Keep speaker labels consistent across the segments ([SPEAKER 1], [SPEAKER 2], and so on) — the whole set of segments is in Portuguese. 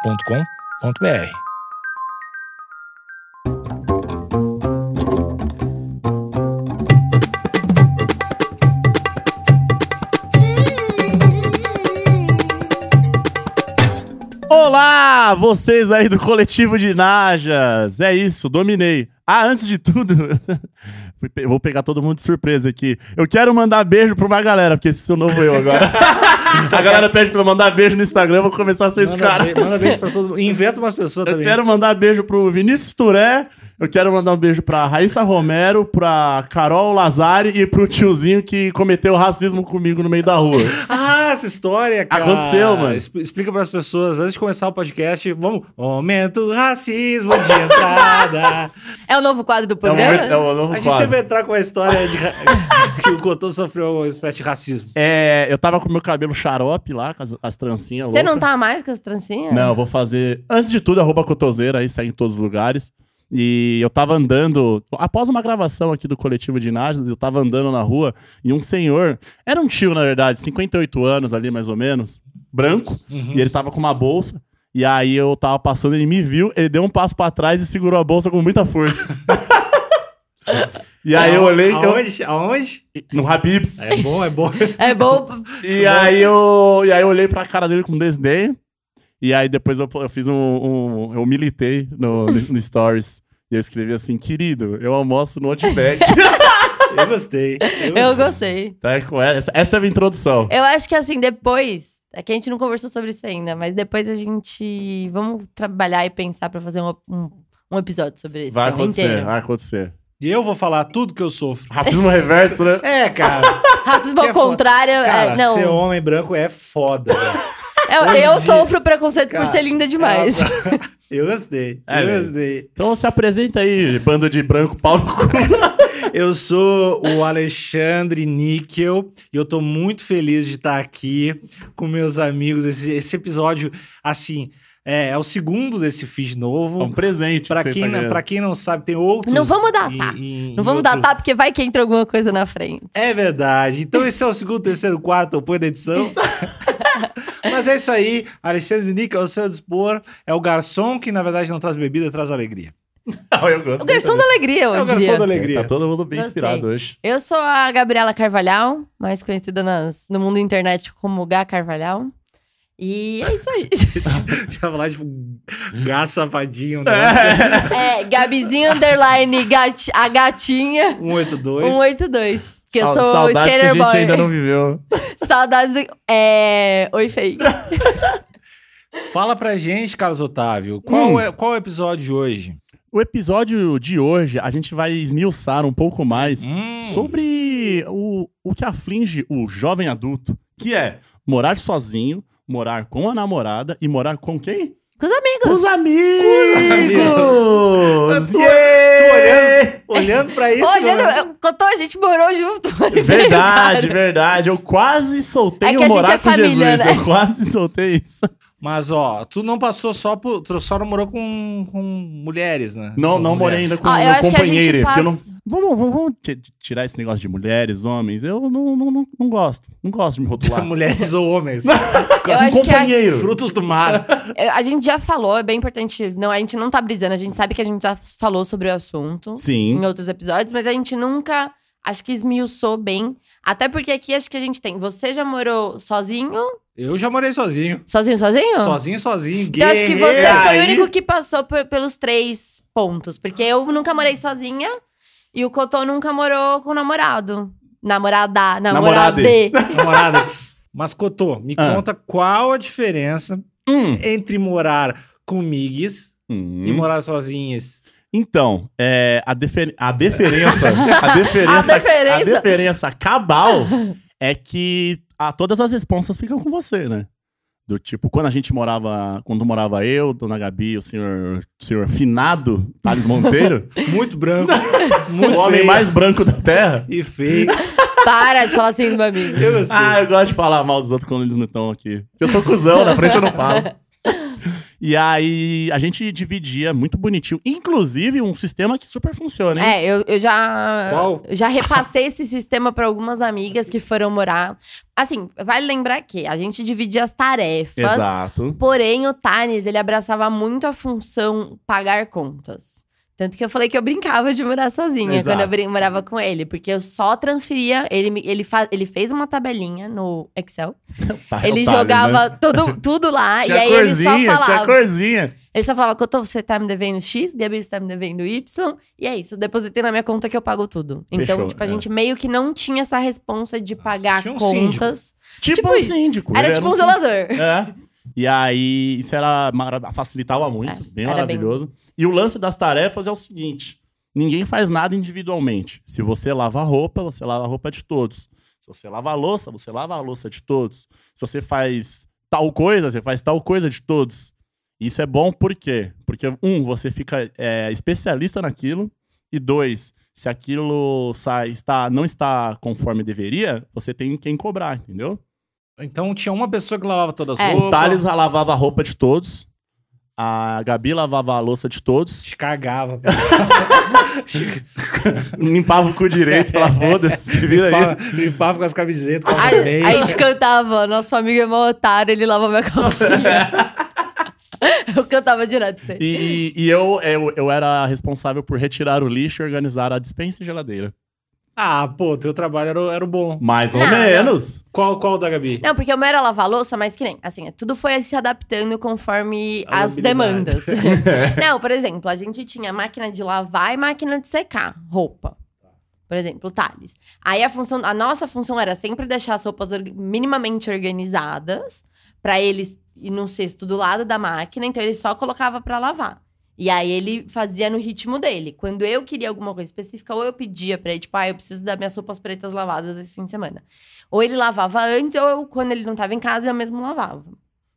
[SPEAKER 1] agenciadepodcast.com.br.
[SPEAKER 2] Olá, vocês aí do coletivo de Najas. É isso, dominei. Ah, antes de tudo, fui pe- vou pegar todo mundo de surpresa aqui. Eu quero mandar beijo pra uma galera, porque esse sou novo eu agora. a galera pede pra eu mandar beijo no Instagram, eu vou começar a ser esse
[SPEAKER 3] Manda,
[SPEAKER 2] cara.
[SPEAKER 3] be- manda beijo pra todo mundo. Inventa umas pessoas
[SPEAKER 2] Eu
[SPEAKER 3] também.
[SPEAKER 2] quero mandar beijo pro Vinícius Turé, eu quero mandar um beijo pra Raíssa Romero, pra Carol Lazari e pro tiozinho que cometeu racismo comigo no meio da rua.
[SPEAKER 3] Ah, essa história, cara.
[SPEAKER 2] Aconteceu, mano.
[SPEAKER 3] Expl- Explica pras pessoas, antes de começar o podcast, vamos. Aumenta o racismo de entrada.
[SPEAKER 4] É o novo quadro
[SPEAKER 3] um
[SPEAKER 2] É
[SPEAKER 4] do
[SPEAKER 2] o,
[SPEAKER 4] programa?
[SPEAKER 2] momento- é o novo
[SPEAKER 3] A gente
[SPEAKER 2] quadro.
[SPEAKER 3] sempre entrar com a história de ra- que o Cotô sofreu uma espécie de racismo.
[SPEAKER 2] É, eu tava com meu cabelo xarope lá, com as, as trancinhas
[SPEAKER 4] Você
[SPEAKER 2] loucas.
[SPEAKER 4] não tá mais com as trancinhas?
[SPEAKER 2] Não, eu vou fazer. Antes de tudo, arroba cotoseira aí, segue em todos os lugares. E eu tava andando, após uma gravação aqui do coletivo de Nágidas, eu tava andando na rua e um senhor, era um tio na verdade, 58 anos ali mais ou menos, branco,
[SPEAKER 3] Uhum.
[SPEAKER 2] e ele tava com uma bolsa. E aí eu tava passando, ele me viu, ele deu um passo pra trás e segurou a bolsa com muita força. e aí eu olhei então. eu,
[SPEAKER 3] Aonde? Aonde?
[SPEAKER 2] no Habibs.
[SPEAKER 3] É bom, é bom.
[SPEAKER 4] É bom.
[SPEAKER 2] E aí, eu, e aí eu olhei pra cara dele com desdém. E aí depois eu, eu fiz um, um- Eu militei no, no Stories. E eu escrevi assim: querido, eu almoço no Outback.
[SPEAKER 3] Eu gostei. Eu,
[SPEAKER 4] Eu gostei.
[SPEAKER 2] Tá, com essa, essa é a minha introdução.
[SPEAKER 4] Eu acho que assim, depois. É que a gente não conversou sobre isso ainda, mas depois a gente. Vamos trabalhar e pensar pra fazer um, um, um episódio sobre isso.
[SPEAKER 2] Vai acontecer,
[SPEAKER 4] inteiro.
[SPEAKER 2] vai acontecer.
[SPEAKER 3] E eu vou falar tudo que eu sofro.
[SPEAKER 2] Racismo reverso, né?
[SPEAKER 3] É, cara.
[SPEAKER 4] Racismo
[SPEAKER 3] Que é
[SPEAKER 4] ao
[SPEAKER 3] foda.
[SPEAKER 4] contrário. é,
[SPEAKER 3] Cara,
[SPEAKER 4] não.
[SPEAKER 3] ser homem branco é foda. velho.
[SPEAKER 4] Eu,
[SPEAKER 3] hoje em
[SPEAKER 4] eu
[SPEAKER 3] dia-
[SPEAKER 4] sofro preconceito
[SPEAKER 3] Cara, é
[SPEAKER 4] por ser linda demais.
[SPEAKER 3] Eu gostei.
[SPEAKER 2] É,
[SPEAKER 3] eu
[SPEAKER 2] velho.
[SPEAKER 3] gostei.
[SPEAKER 2] Então se apresenta aí, bando de branco, pau no cu.
[SPEAKER 3] Eu sou o Alexandre Níquel e eu tô muito feliz de estar aqui com meus amigos. Esse, esse episódio, assim, é, é o segundo desse feed
[SPEAKER 2] É um
[SPEAKER 3] novo.
[SPEAKER 2] presente.
[SPEAKER 3] Pra
[SPEAKER 2] que você
[SPEAKER 3] quem,
[SPEAKER 2] tá
[SPEAKER 3] não-
[SPEAKER 2] ganhando.
[SPEAKER 3] pra quem não sabe, tem outros.
[SPEAKER 4] Não vamos datar.
[SPEAKER 3] em- em
[SPEAKER 4] não vamos tá?
[SPEAKER 3] outro-
[SPEAKER 4] datar, porque vai que entra alguma coisa na frente.
[SPEAKER 3] É verdade. Então esse é o segundo, terceiro, quarto, põe da edição. Mas é isso aí. Alexandre Níquel, ao seu dispor, é o garçom que, na verdade, não traz bebida, traz alegria.
[SPEAKER 2] Não, eu gosto.
[SPEAKER 4] O garçom da alegria,
[SPEAKER 3] É o
[SPEAKER 4] eu
[SPEAKER 3] garçom
[SPEAKER 4] diria.
[SPEAKER 3] da alegria.
[SPEAKER 2] Tá todo mundo bem
[SPEAKER 4] Gostei.
[SPEAKER 2] inspirado hoje.
[SPEAKER 4] Eu sou a Gabriela Carvalhal, mais conhecida nas- no mundo internet como Gá Carvalhal. E é isso aí.
[SPEAKER 3] Já falar, tipo, gás safadinho, né?
[SPEAKER 4] É, Gabizinho underline gat- a gatinha
[SPEAKER 3] 182.
[SPEAKER 4] 182. Que eu
[SPEAKER 2] Sau-
[SPEAKER 4] sou o
[SPEAKER 2] Saudade que a
[SPEAKER 4] skater
[SPEAKER 2] gente
[SPEAKER 4] boy.
[SPEAKER 2] ainda não viveu.
[SPEAKER 4] Saudades. É. Oi, Fei.
[SPEAKER 3] Fala pra gente, Carlos Otávio, qual,
[SPEAKER 2] Hum.
[SPEAKER 3] é, qual é o episódio de hoje?
[SPEAKER 2] O episódio de hoje, a gente vai esmiuçar um pouco mais
[SPEAKER 4] Hum.
[SPEAKER 3] Hum.
[SPEAKER 2] sobre o, o que aflige o jovem adulto, que é morar sozinho, morar com a namorada e morar com quem?
[SPEAKER 4] Com os amigos.
[SPEAKER 2] Com os amigos!
[SPEAKER 3] amigos!
[SPEAKER 2] Yeah!
[SPEAKER 3] Olhando pra isso,
[SPEAKER 4] Olha,
[SPEAKER 3] né?
[SPEAKER 4] eu- contou, a gente morou junto.
[SPEAKER 2] Verdade, verdade. Eu quase soltei
[SPEAKER 4] É que
[SPEAKER 2] o
[SPEAKER 4] a gente
[SPEAKER 2] morar com
[SPEAKER 4] é família,
[SPEAKER 2] Jesus.
[SPEAKER 4] né?
[SPEAKER 2] Eu quase soltei isso.
[SPEAKER 3] Mas, ó, tu não passou só por... Tu só não morou com, com mulheres, né?
[SPEAKER 2] Não,
[SPEAKER 3] Com
[SPEAKER 2] não
[SPEAKER 3] mulher.
[SPEAKER 2] morei ainda com
[SPEAKER 4] Ó, Ah, eu
[SPEAKER 2] meu
[SPEAKER 4] acho que a
[SPEAKER 2] companheiro.
[SPEAKER 4] gente
[SPEAKER 2] porque
[SPEAKER 4] passa.
[SPEAKER 2] eu não- Vamos, vamos, vamos ti- tirar esse negócio de mulheres, homens. Eu não, não, não, não gosto. Não gosto de me rotular. Assim,
[SPEAKER 3] Mulheres ou homens.
[SPEAKER 4] Eu acho que a,
[SPEAKER 2] companheiro.
[SPEAKER 3] Frutos do mar.
[SPEAKER 4] eu- a gente já falou, é bem importante. Não, a gente não tá brisando, a gente sabe que a gente já falou sobre o assunto.
[SPEAKER 2] Sim.
[SPEAKER 4] em outros episódios, mas a gente nunca. Acho que esmiuçou bem. Até porque aqui acho que a gente tem. Você já morou sozinho?
[SPEAKER 3] Eu já morei sozinho.
[SPEAKER 4] Sozinho, sozinho?
[SPEAKER 3] Sozinho, sozinho.
[SPEAKER 4] Então acho que você
[SPEAKER 3] guerreiro.
[SPEAKER 4] foi o
[SPEAKER 2] Aí-
[SPEAKER 4] único que passou por- pelos três pontos. Porque eu nunca morei sozinha e o Cotô nunca morou com namorado. Namorada, namorada.
[SPEAKER 2] Namorade.
[SPEAKER 3] Namoradas. Mas, Cotô, me
[SPEAKER 2] Ah.
[SPEAKER 3] conta qual a diferença
[SPEAKER 2] Hum.
[SPEAKER 3] entre morar com migues e
[SPEAKER 2] Hum.
[SPEAKER 3] morar sozinhas.
[SPEAKER 2] Então, é, a, defer- a diferença, a diferença,
[SPEAKER 4] A diferença.
[SPEAKER 2] a diferença cabal é que a, todas as responsas ficam com você, né? Do tipo, quando a gente morava, quando morava eu, Dona Gabi, o senhor, o senhor finado Thales Monteiro,
[SPEAKER 3] Muito branco, muito
[SPEAKER 2] o homem
[SPEAKER 3] feio
[SPEAKER 2] mais branco da Terra.
[SPEAKER 3] e feio.
[SPEAKER 4] Para de falar assim do meu amigo.
[SPEAKER 3] Eu gostei.
[SPEAKER 2] Ah, eu gosto de falar mal dos outros quando eles não estão aqui. Eu sou cuzão, na frente eu não falo. E aí a gente dividia, muito bonitinho. Inclusive, um sistema que super funciona, hein?
[SPEAKER 4] É, eu, eu já
[SPEAKER 3] Qual?
[SPEAKER 4] já repassei esse sistema para algumas amigas que foram morar. Assim, vale lembrar que a gente dividia as tarefas.
[SPEAKER 2] Exato.
[SPEAKER 4] Porém, o Thales, ele abraçava muito a função pagar contas. Tanto que eu falei que eu brincava de morar sozinha
[SPEAKER 2] Exato.
[SPEAKER 4] quando eu brin- morava com ele, porque eu só transferia. Ele, me- ele, fa- ele fez uma tabelinha no Excel,
[SPEAKER 2] Tá, é
[SPEAKER 4] ele
[SPEAKER 2] o Thales, né?
[SPEAKER 4] jogava tudo, tudo lá,
[SPEAKER 2] Tinha
[SPEAKER 4] e aí
[SPEAKER 2] corzinha,
[SPEAKER 4] ele só
[SPEAKER 2] tinha
[SPEAKER 4] falava.
[SPEAKER 2] corzinha.
[SPEAKER 4] Ele só falava, Cotô, você tá me devendo X, Gabi, você tá me devendo Y. E é isso, depositei na minha conta que eu pago tudo.
[SPEAKER 2] Fechou,
[SPEAKER 4] então, tipo, a
[SPEAKER 2] é.
[SPEAKER 4] gente meio que não tinha essa responsa de pagar
[SPEAKER 3] tinha um
[SPEAKER 4] contas.
[SPEAKER 2] Tipo,
[SPEAKER 4] Tipo
[SPEAKER 2] um
[SPEAKER 4] isso.
[SPEAKER 2] síndico.
[SPEAKER 4] Era
[SPEAKER 2] ele
[SPEAKER 4] tipo um
[SPEAKER 2] síndico.
[SPEAKER 4] zelador.
[SPEAKER 2] É. E aí, isso era mara- facilitava muito,
[SPEAKER 4] É,
[SPEAKER 2] bem
[SPEAKER 4] era bem-
[SPEAKER 2] maravilhoso. E o lance das tarefas é o seguinte: ninguém faz nada individualmente. Se você lava a roupa, você lava a roupa de todos. Se você lava a louça, você lava a louça de todos. Se você faz tal coisa, você faz tal coisa de todos. Isso é bom por quê? Porque, um, você fica é, especialista naquilo. E dois, se aquilo sai, está, não está conforme deveria, você tem quem cobrar, entendeu?
[SPEAKER 3] Então tinha uma pessoa que lavava todas as
[SPEAKER 4] É.
[SPEAKER 3] roupas.
[SPEAKER 2] O Um Thales lavava a roupa de todos. A Gabi lavava a louça de todos.
[SPEAKER 3] Te cagava. Te
[SPEAKER 2] Limpava o cu direito, ela foda-se, se vira aí.
[SPEAKER 3] limpava, limpava com as camisetas, com as
[SPEAKER 4] Aí,
[SPEAKER 3] meias.
[SPEAKER 4] aí a gente cantava, nosso amigo é mau otário, ele lava minha calcinha. eu cantava direto. isso aí.
[SPEAKER 2] E, e eu, eu, eu era responsável por retirar o lixo e organizar a dispensa e geladeira.
[SPEAKER 3] Ah, pô, teu trabalho era, o- era o bom.
[SPEAKER 2] Mais ou
[SPEAKER 4] Não, não.
[SPEAKER 2] menos.
[SPEAKER 3] Qual, qual da Gabi?
[SPEAKER 4] Não, porque eu não era lavar louça, mas que nem, assim, tudo foi se adaptando conforme
[SPEAKER 3] As
[SPEAKER 4] as,
[SPEAKER 3] habilidades.
[SPEAKER 4] demandas. não, por exemplo, a gente tinha máquina de lavar e máquina de secar roupa. Por exemplo, Thales. Aí a função, a nossa função era sempre deixar as roupas orga- minimamente organizadas pra eles ir num cesto do lado da máquina, então ele só colocava pra lavar. E aí ele fazia no ritmo dele. Quando eu queria alguma coisa específica, ou eu pedia pra ele, tipo, ah, eu preciso das minhas roupas pretas lavadas esse fim de semana. Ou ele lavava antes, ou eu, quando ele não tava em casa, eu mesmo lavava.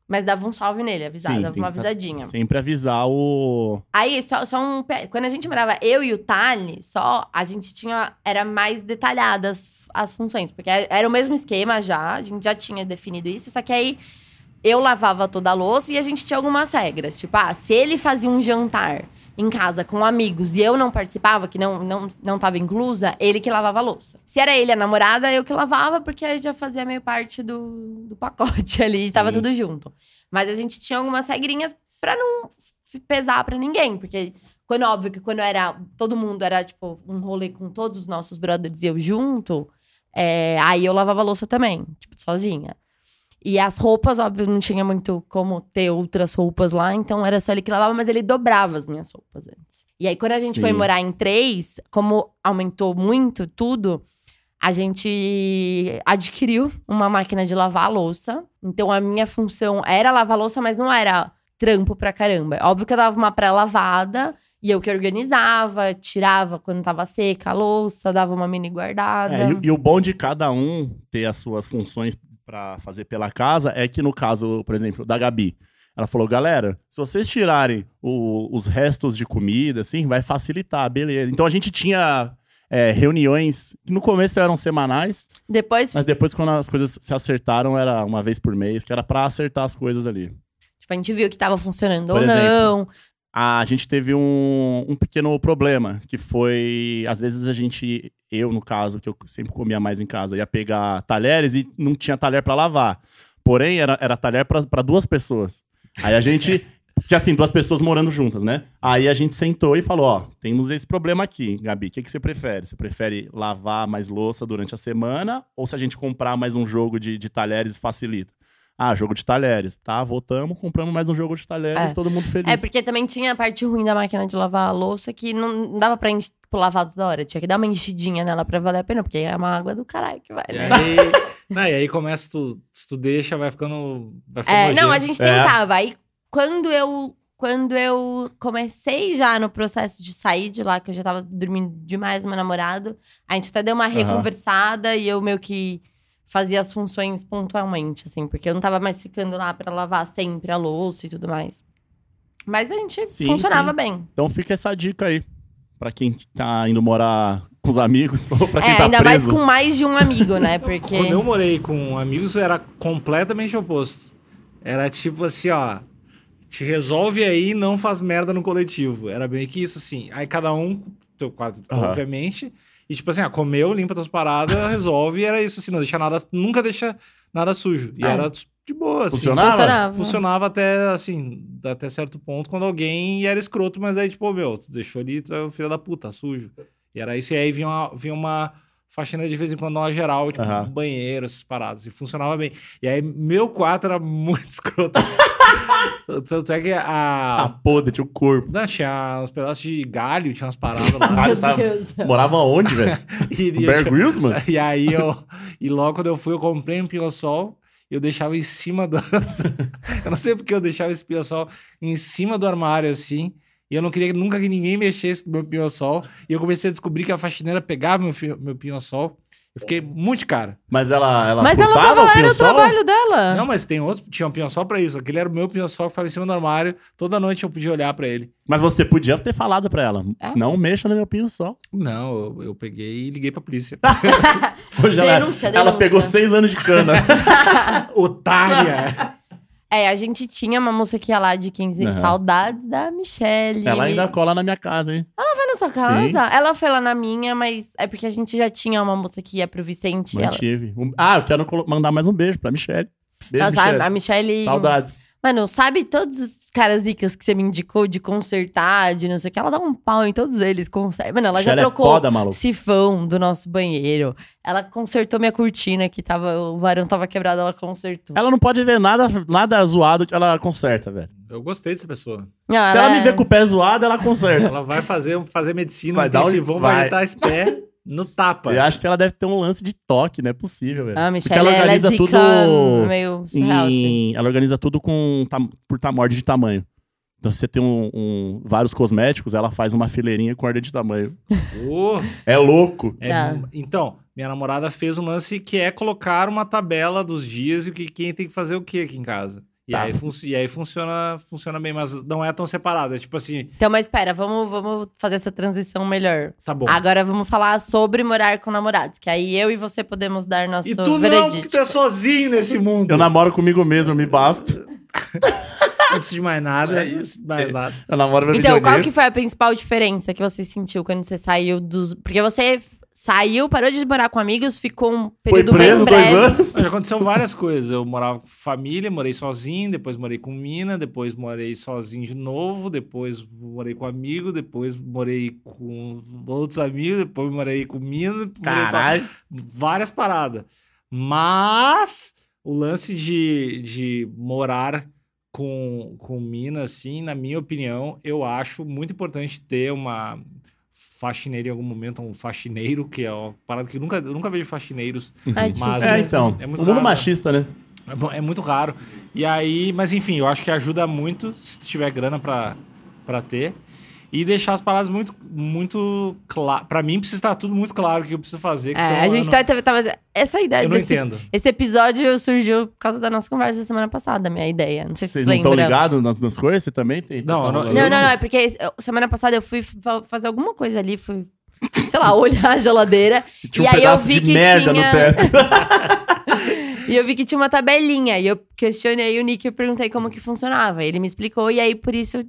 [SPEAKER 4] Mas dava um salve nele, avisava,
[SPEAKER 2] Sim,
[SPEAKER 4] dava
[SPEAKER 2] tem
[SPEAKER 4] uma
[SPEAKER 2] que tá-
[SPEAKER 4] avisadinha.
[SPEAKER 2] Sempre avisar o.
[SPEAKER 4] Aí, só, só um. pe- Quando a gente morava, eu e o Tali, só a gente tinha. Era mais detalhadas as funções, porque é, era o mesmo esquema já, a gente já tinha definido isso, só que aí eu lavava toda a louça e a gente tinha algumas regras. Tipo, ah, se ele fazia um jantar em casa com amigos e eu não participava, que não, não, não tava inclusa, ele que lavava a louça. Se era ele a namorada, eu que lavava, porque aí já fazia meio parte do, do pacote ali, tava
[SPEAKER 2] Sim.
[SPEAKER 4] tudo junto. Mas a gente tinha algumas regrinhas pra não f- pesar pra ninguém, porque quando óbvio que quando era todo mundo era tipo um rolê com todos os nossos brothers e eu junto, é, aí eu lavava a louça também, tipo sozinha. E as roupas, óbvio, não tinha muito como ter outras roupas lá, então era só ele que lavava, mas ele dobrava as minhas roupas antes. E aí, quando a gente
[SPEAKER 2] Sim.
[SPEAKER 4] foi morar em três, como aumentou muito tudo, a gente adquiriu uma máquina de lavar a louça. Então a minha função era lavar a louça, mas não era trampo pra caramba. Óbvio que eu dava uma pré-lavada e eu que organizava, tirava quando tava seca a louça, dava uma mini guardada.
[SPEAKER 2] É, e, o- e o bom de cada um ter as suas funções pra fazer pela casa é que, no caso, por exemplo, da Gabi, ela falou: galera, se vocês tirarem o- os restos de comida, assim, vai facilitar, beleza. Então a gente tinha. é, reuniões que no começo eram semanais,
[SPEAKER 4] Depois,
[SPEAKER 2] mas depois, quando as coisas se acertaram, era uma vez por mês, que era pra acertar as coisas ali.
[SPEAKER 4] tipo, a gente viu que tava funcionando
[SPEAKER 2] Por
[SPEAKER 4] ou
[SPEAKER 2] exemplo,
[SPEAKER 4] não.
[SPEAKER 2] a gente teve um, um pequeno problema, que foi, às vezes a gente, eu no caso, que eu sempre comia mais em casa, ia pegar talheres e não tinha talher pra lavar. Porém, era, era talher pra pra duas pessoas. Aí a gente, que assim, duas pessoas morando juntas, né? Aí a gente sentou e falou, ó, temos esse problema aqui, Gabi, o que, que você prefere? Você prefere lavar mais louça durante a semana ou se a gente comprar mais um jogo de, de talheres facilita? Ah, jogo de talheres. Tá, voltamos, compramos mais um jogo de talheres,
[SPEAKER 4] É.
[SPEAKER 2] todo mundo feliz.
[SPEAKER 4] É, porque também tinha a parte ruim da máquina de lavar a louça que não não dava pra enche- tipo, lavar toda hora. Tinha que dar uma enchidinha nela pra valer a pena, porque é uma água do caralho que vai,
[SPEAKER 3] E
[SPEAKER 2] É.
[SPEAKER 4] né?
[SPEAKER 3] aí, não, e aí começa, tu, se tu deixa, vai ficando. Vai ficando
[SPEAKER 4] É, não,
[SPEAKER 3] nojento.
[SPEAKER 4] a gente
[SPEAKER 2] É.
[SPEAKER 4] tentava. Aí quando eu. Quando eu comecei já no processo de sair de lá, que eu já tava dormindo demais com meu namorado, a gente até deu uma reconversada e eu meio que fazia as funções pontualmente, assim, porque eu não tava mais ficando lá pra lavar sempre a louça e tudo mais. Mas a gente
[SPEAKER 2] Sim,
[SPEAKER 4] funcionava
[SPEAKER 2] sim.
[SPEAKER 4] bem.
[SPEAKER 2] Então fica essa dica aí. Pra quem tá indo morar com os amigos ou pra quem
[SPEAKER 4] é,
[SPEAKER 2] tá
[SPEAKER 4] ainda mais
[SPEAKER 2] preso.
[SPEAKER 4] com mais de um amigo, né? Porque.
[SPEAKER 3] Quando eu morei com amigos, era completamente oposto. Era tipo assim, ó. Te resolve aí e não faz merda no coletivo. Era meio que isso, assim. Aí cada um, teu quarto,
[SPEAKER 2] Aham.
[SPEAKER 3] obviamente. E tipo assim, ah, comeu, limpa tuas paradas, resolve. E era isso, assim, não deixa nada, nunca deixa nada sujo. E
[SPEAKER 4] É.
[SPEAKER 3] era de boa, assim.
[SPEAKER 2] Funcionava?
[SPEAKER 4] Funcionava.
[SPEAKER 3] Funcionava até, assim, até certo ponto, quando alguém era escroto, mas aí, tipo, ô, meu, tu deixou ali, tu é o filho da puta, sujo. E era isso, e aí vinha uma, vinha uma faxina de vez em quando, uma geral, tipo,
[SPEAKER 2] Aham.
[SPEAKER 3] um banheiro, essas paradas, e funcionava bem. E aí, meu quarto era muito escroto. assim. Tanto é que
[SPEAKER 2] Ah,
[SPEAKER 3] a...
[SPEAKER 2] podre, tinha o corpo.
[SPEAKER 3] Não, tinha uns pedaços de galho, tinha umas paradas lá.
[SPEAKER 2] Caralho,
[SPEAKER 4] Meu
[SPEAKER 2] você tava-
[SPEAKER 4] Deus.
[SPEAKER 2] Morava onde, velho?
[SPEAKER 3] e, e eu
[SPEAKER 2] Bear
[SPEAKER 3] tinha-
[SPEAKER 2] Grylls, mano?
[SPEAKER 3] e aí eu. E logo quando eu fui, eu comprei um pinho-sol e eu deixava em cima do. eu não sei porque eu deixava esse pinho-sol em cima do armário assim. E eu não queria nunca que ninguém mexesse no meu pinho-sol. E eu comecei a descobrir que a faxineira pegava meu, fi- meu pinho-sol. Eu fiquei muito de cara.
[SPEAKER 2] Mas ela. ela
[SPEAKER 4] Mas ela
[SPEAKER 2] furtava
[SPEAKER 4] tava
[SPEAKER 2] o
[SPEAKER 4] lá, era o
[SPEAKER 2] pinho-sol?
[SPEAKER 4] trabalho
[SPEAKER 2] Ah.
[SPEAKER 4] dela.
[SPEAKER 3] Não, mas tem outros. Tinha um pinho-sol pra isso. Aquele era o meu pinho-sol que ficava em cima do armário. Toda noite eu podia olhar pra ele.
[SPEAKER 2] Mas você podia ter falado pra ela:
[SPEAKER 4] É?
[SPEAKER 2] não mexa no meu pinho sol.
[SPEAKER 3] Não, eu, eu peguei e liguei pra polícia.
[SPEAKER 2] Hoje ela,
[SPEAKER 4] Denúncia,
[SPEAKER 2] ela
[SPEAKER 4] denúncia.
[SPEAKER 2] pegou seis anos de cana.
[SPEAKER 3] Otária!
[SPEAKER 4] É, a gente tinha uma moça que ia lá de 15
[SPEAKER 2] Aham.
[SPEAKER 4] saudades da Michelle. é
[SPEAKER 2] ela ainda cola na minha casa, hein?
[SPEAKER 4] Foi na sua casa? Ela foi lá na minha, mas é porque a gente já tinha uma moça que ia pro Vicente. e Ela...
[SPEAKER 2] Mantive. Um- Ah, eu quero colo- mandar mais um beijo pra Michelle. Beijo,
[SPEAKER 4] Nossa,
[SPEAKER 2] Michelle.
[SPEAKER 4] a- a Michelle.
[SPEAKER 2] Saudades.
[SPEAKER 4] Mano, sabe todos os caras ricas que você me indicou de consertar, de não sei o que? Ela dá um pau em todos eles, consegue. Mano, ela
[SPEAKER 2] Michelle
[SPEAKER 4] já
[SPEAKER 2] é
[SPEAKER 4] trocou
[SPEAKER 2] foda, maluco.
[SPEAKER 4] sifão do nosso banheiro. Ela consertou minha cortina que tava. O varão tava quebrado, ela consertou.
[SPEAKER 2] Ela não pode ver nada, nada zoado que ela conserta, velho.
[SPEAKER 3] Eu gostei dessa pessoa.
[SPEAKER 4] Não, é-
[SPEAKER 2] Se ela me ver com o pé zoado, ela conserta.
[SPEAKER 3] Ela vai fazer, fazer medicina,
[SPEAKER 2] Vai
[SPEAKER 3] vai
[SPEAKER 2] dar um-
[SPEAKER 3] intensivão, vai
[SPEAKER 2] vai.
[SPEAKER 3] ajeitar esse pé no tapa.
[SPEAKER 2] Eu acho que ela deve ter um lance de toque, não é possível, velho.
[SPEAKER 4] Ah,
[SPEAKER 2] Porque
[SPEAKER 4] Michelle
[SPEAKER 2] ela organiza
[SPEAKER 4] é lésbica,
[SPEAKER 2] tudo
[SPEAKER 4] meio surreal, assim.
[SPEAKER 2] em... Ela organiza tudo com tam- por tamorde de tamanho. Então, se você tem um, um- vários cosméticos, ela faz uma fileirinha com ordem de tamanho.
[SPEAKER 3] Ô,
[SPEAKER 2] É louco.
[SPEAKER 3] é-
[SPEAKER 4] Tá.
[SPEAKER 3] Então, minha namorada fez um lance que é colocar uma tabela dos dias e o que quem tem que fazer o que aqui em casa. E,
[SPEAKER 2] Tá.
[SPEAKER 3] aí, func- e aí funciona, funciona bem, mas não é tão separado. É tipo assim,
[SPEAKER 4] Então, mas espera, vamos, vamos fazer essa transição melhor.
[SPEAKER 3] tá bom.
[SPEAKER 2] Ah,
[SPEAKER 4] Agora vamos falar sobre morar com namorados, que aí eu e você podemos dar nosso
[SPEAKER 3] E tu não, porque
[SPEAKER 4] veredito.
[SPEAKER 3] tu é sozinho nesse mundo.
[SPEAKER 2] Eu namoro comigo mesmo, eu me basto.
[SPEAKER 3] Não preciso de mais nada.
[SPEAKER 2] É
[SPEAKER 3] não preciso de mais nada.
[SPEAKER 2] Eu namoro meu
[SPEAKER 4] Então, qual
[SPEAKER 2] videogame.
[SPEAKER 4] que foi a principal diferença que você sentiu quando você saiu dos... Porque você f- saiu, parou de morar com amigos, ficou um
[SPEAKER 2] Foi
[SPEAKER 4] período
[SPEAKER 2] preso
[SPEAKER 4] bem breve.
[SPEAKER 2] dois anos?
[SPEAKER 3] Já aconteceu várias coisas. Eu morava com família, morei sozinho, depois morei com mina, depois morei sozinho de novo, depois morei com amigo, depois morei com outros amigos, depois morei com mina. depois morei só-
[SPEAKER 2] Caralho.
[SPEAKER 3] várias paradas. Mas o lance de, de morar com, com mina, assim, na minha opinião, eu acho muito importante ter uma faxineira em algum momento, um faxineiro, que é uma parada que eu nunca, eu nunca vejo faxineiros.
[SPEAKER 4] Ai, difícil,
[SPEAKER 3] Mas-
[SPEAKER 2] É,
[SPEAKER 4] né?
[SPEAKER 2] então.
[SPEAKER 3] É
[SPEAKER 2] o
[SPEAKER 3] muito
[SPEAKER 2] mundo
[SPEAKER 3] raro, né?
[SPEAKER 2] machista, né?
[SPEAKER 3] É mu- É muito raro. E aí, mas enfim, eu acho que ajuda muito se tu tiver grana pra, pra ter. E deixar as paradas muito, muito claras. Pra mim, precisa estar tudo muito claro o que eu preciso fazer. que
[SPEAKER 4] É,
[SPEAKER 3] senão
[SPEAKER 4] a
[SPEAKER 3] eu
[SPEAKER 4] gente
[SPEAKER 3] não-
[SPEAKER 4] tá, tava, tava- Essa ideia
[SPEAKER 3] Eu não
[SPEAKER 4] É, desse...
[SPEAKER 3] entendo.
[SPEAKER 4] Esse episódio surgiu por causa da nossa conversa da semana passada, minha ideia. Não sei se
[SPEAKER 2] Vocês
[SPEAKER 4] vocês
[SPEAKER 2] não estão
[SPEAKER 4] lembram.
[SPEAKER 2] ligados nas, nas coisas? Você também tem?
[SPEAKER 3] Não,
[SPEAKER 2] tá
[SPEAKER 3] eu não-
[SPEAKER 2] rolando?
[SPEAKER 4] Não, não, não. É porque esse- eu- semana passada eu fui fa- fazer alguma coisa ali, fui, sei lá, olhar a geladeira.
[SPEAKER 2] Tinha um
[SPEAKER 4] e aí eu
[SPEAKER 2] pedaço
[SPEAKER 4] vi
[SPEAKER 2] de
[SPEAKER 4] que
[SPEAKER 2] merda
[SPEAKER 4] tinha.
[SPEAKER 2] no teto.
[SPEAKER 4] E eu vi que tinha uma tabelinha. E eu questionei o Nick e perguntei como que funcionava. Ele me explicou, e aí por isso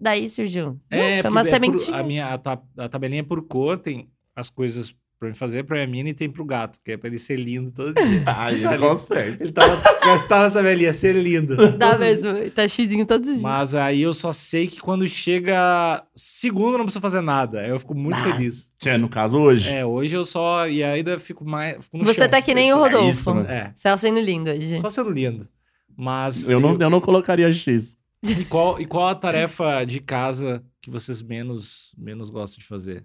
[SPEAKER 4] daí surgiu.
[SPEAKER 3] É,
[SPEAKER 4] Foi uma
[SPEAKER 3] por- é por-
[SPEAKER 4] sementinha.
[SPEAKER 3] a minha a, ta- a tabelinha é por cor, tem as coisas pra mim fazer pra minha mina e tem pro gato, que é pra ele ser lindo todo dia.
[SPEAKER 2] Aí Ah, ele é consegue.
[SPEAKER 3] ele tá na, tá na tabelinha, ser lindo.
[SPEAKER 4] Dá mesmo. Tá xizinho todos os dias.
[SPEAKER 3] Mas aí eu só sei que quando chega segundo eu não preciso fazer nada. Aí eu fico muito feliz.
[SPEAKER 2] Que é, no caso, hoje.
[SPEAKER 3] É, hoje eu só. E ainda fico mais. Fico no
[SPEAKER 4] Você
[SPEAKER 3] chão.
[SPEAKER 4] tá que nem o Rodolfo.
[SPEAKER 2] isso, mano.
[SPEAKER 3] É,
[SPEAKER 4] Você tá sendo lindo hoje.
[SPEAKER 3] só sendo lindo. Mas.
[SPEAKER 2] Eu não, eu não colocaria X.
[SPEAKER 3] E qual, e qual a tarefa de casa que vocês menos, menos gostam de fazer?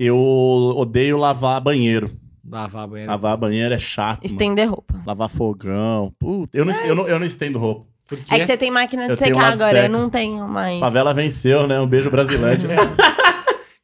[SPEAKER 2] Eu odeio lavar banheiro.
[SPEAKER 3] Lavar a banheira.
[SPEAKER 2] Lavar banheiro é chato. mano.
[SPEAKER 4] Estender roupa.
[SPEAKER 2] Lavar fogão. Puta, eu não, eu, não, eu não estendo roupa.
[SPEAKER 3] Por
[SPEAKER 4] É que
[SPEAKER 3] quê?
[SPEAKER 4] você tem máquina de
[SPEAKER 2] Eu tenho um
[SPEAKER 4] secar
[SPEAKER 2] lado
[SPEAKER 4] agora, eu
[SPEAKER 2] certo.
[SPEAKER 4] não tenho mais.
[SPEAKER 2] Favela venceu, né? Um beijo Brasilândia.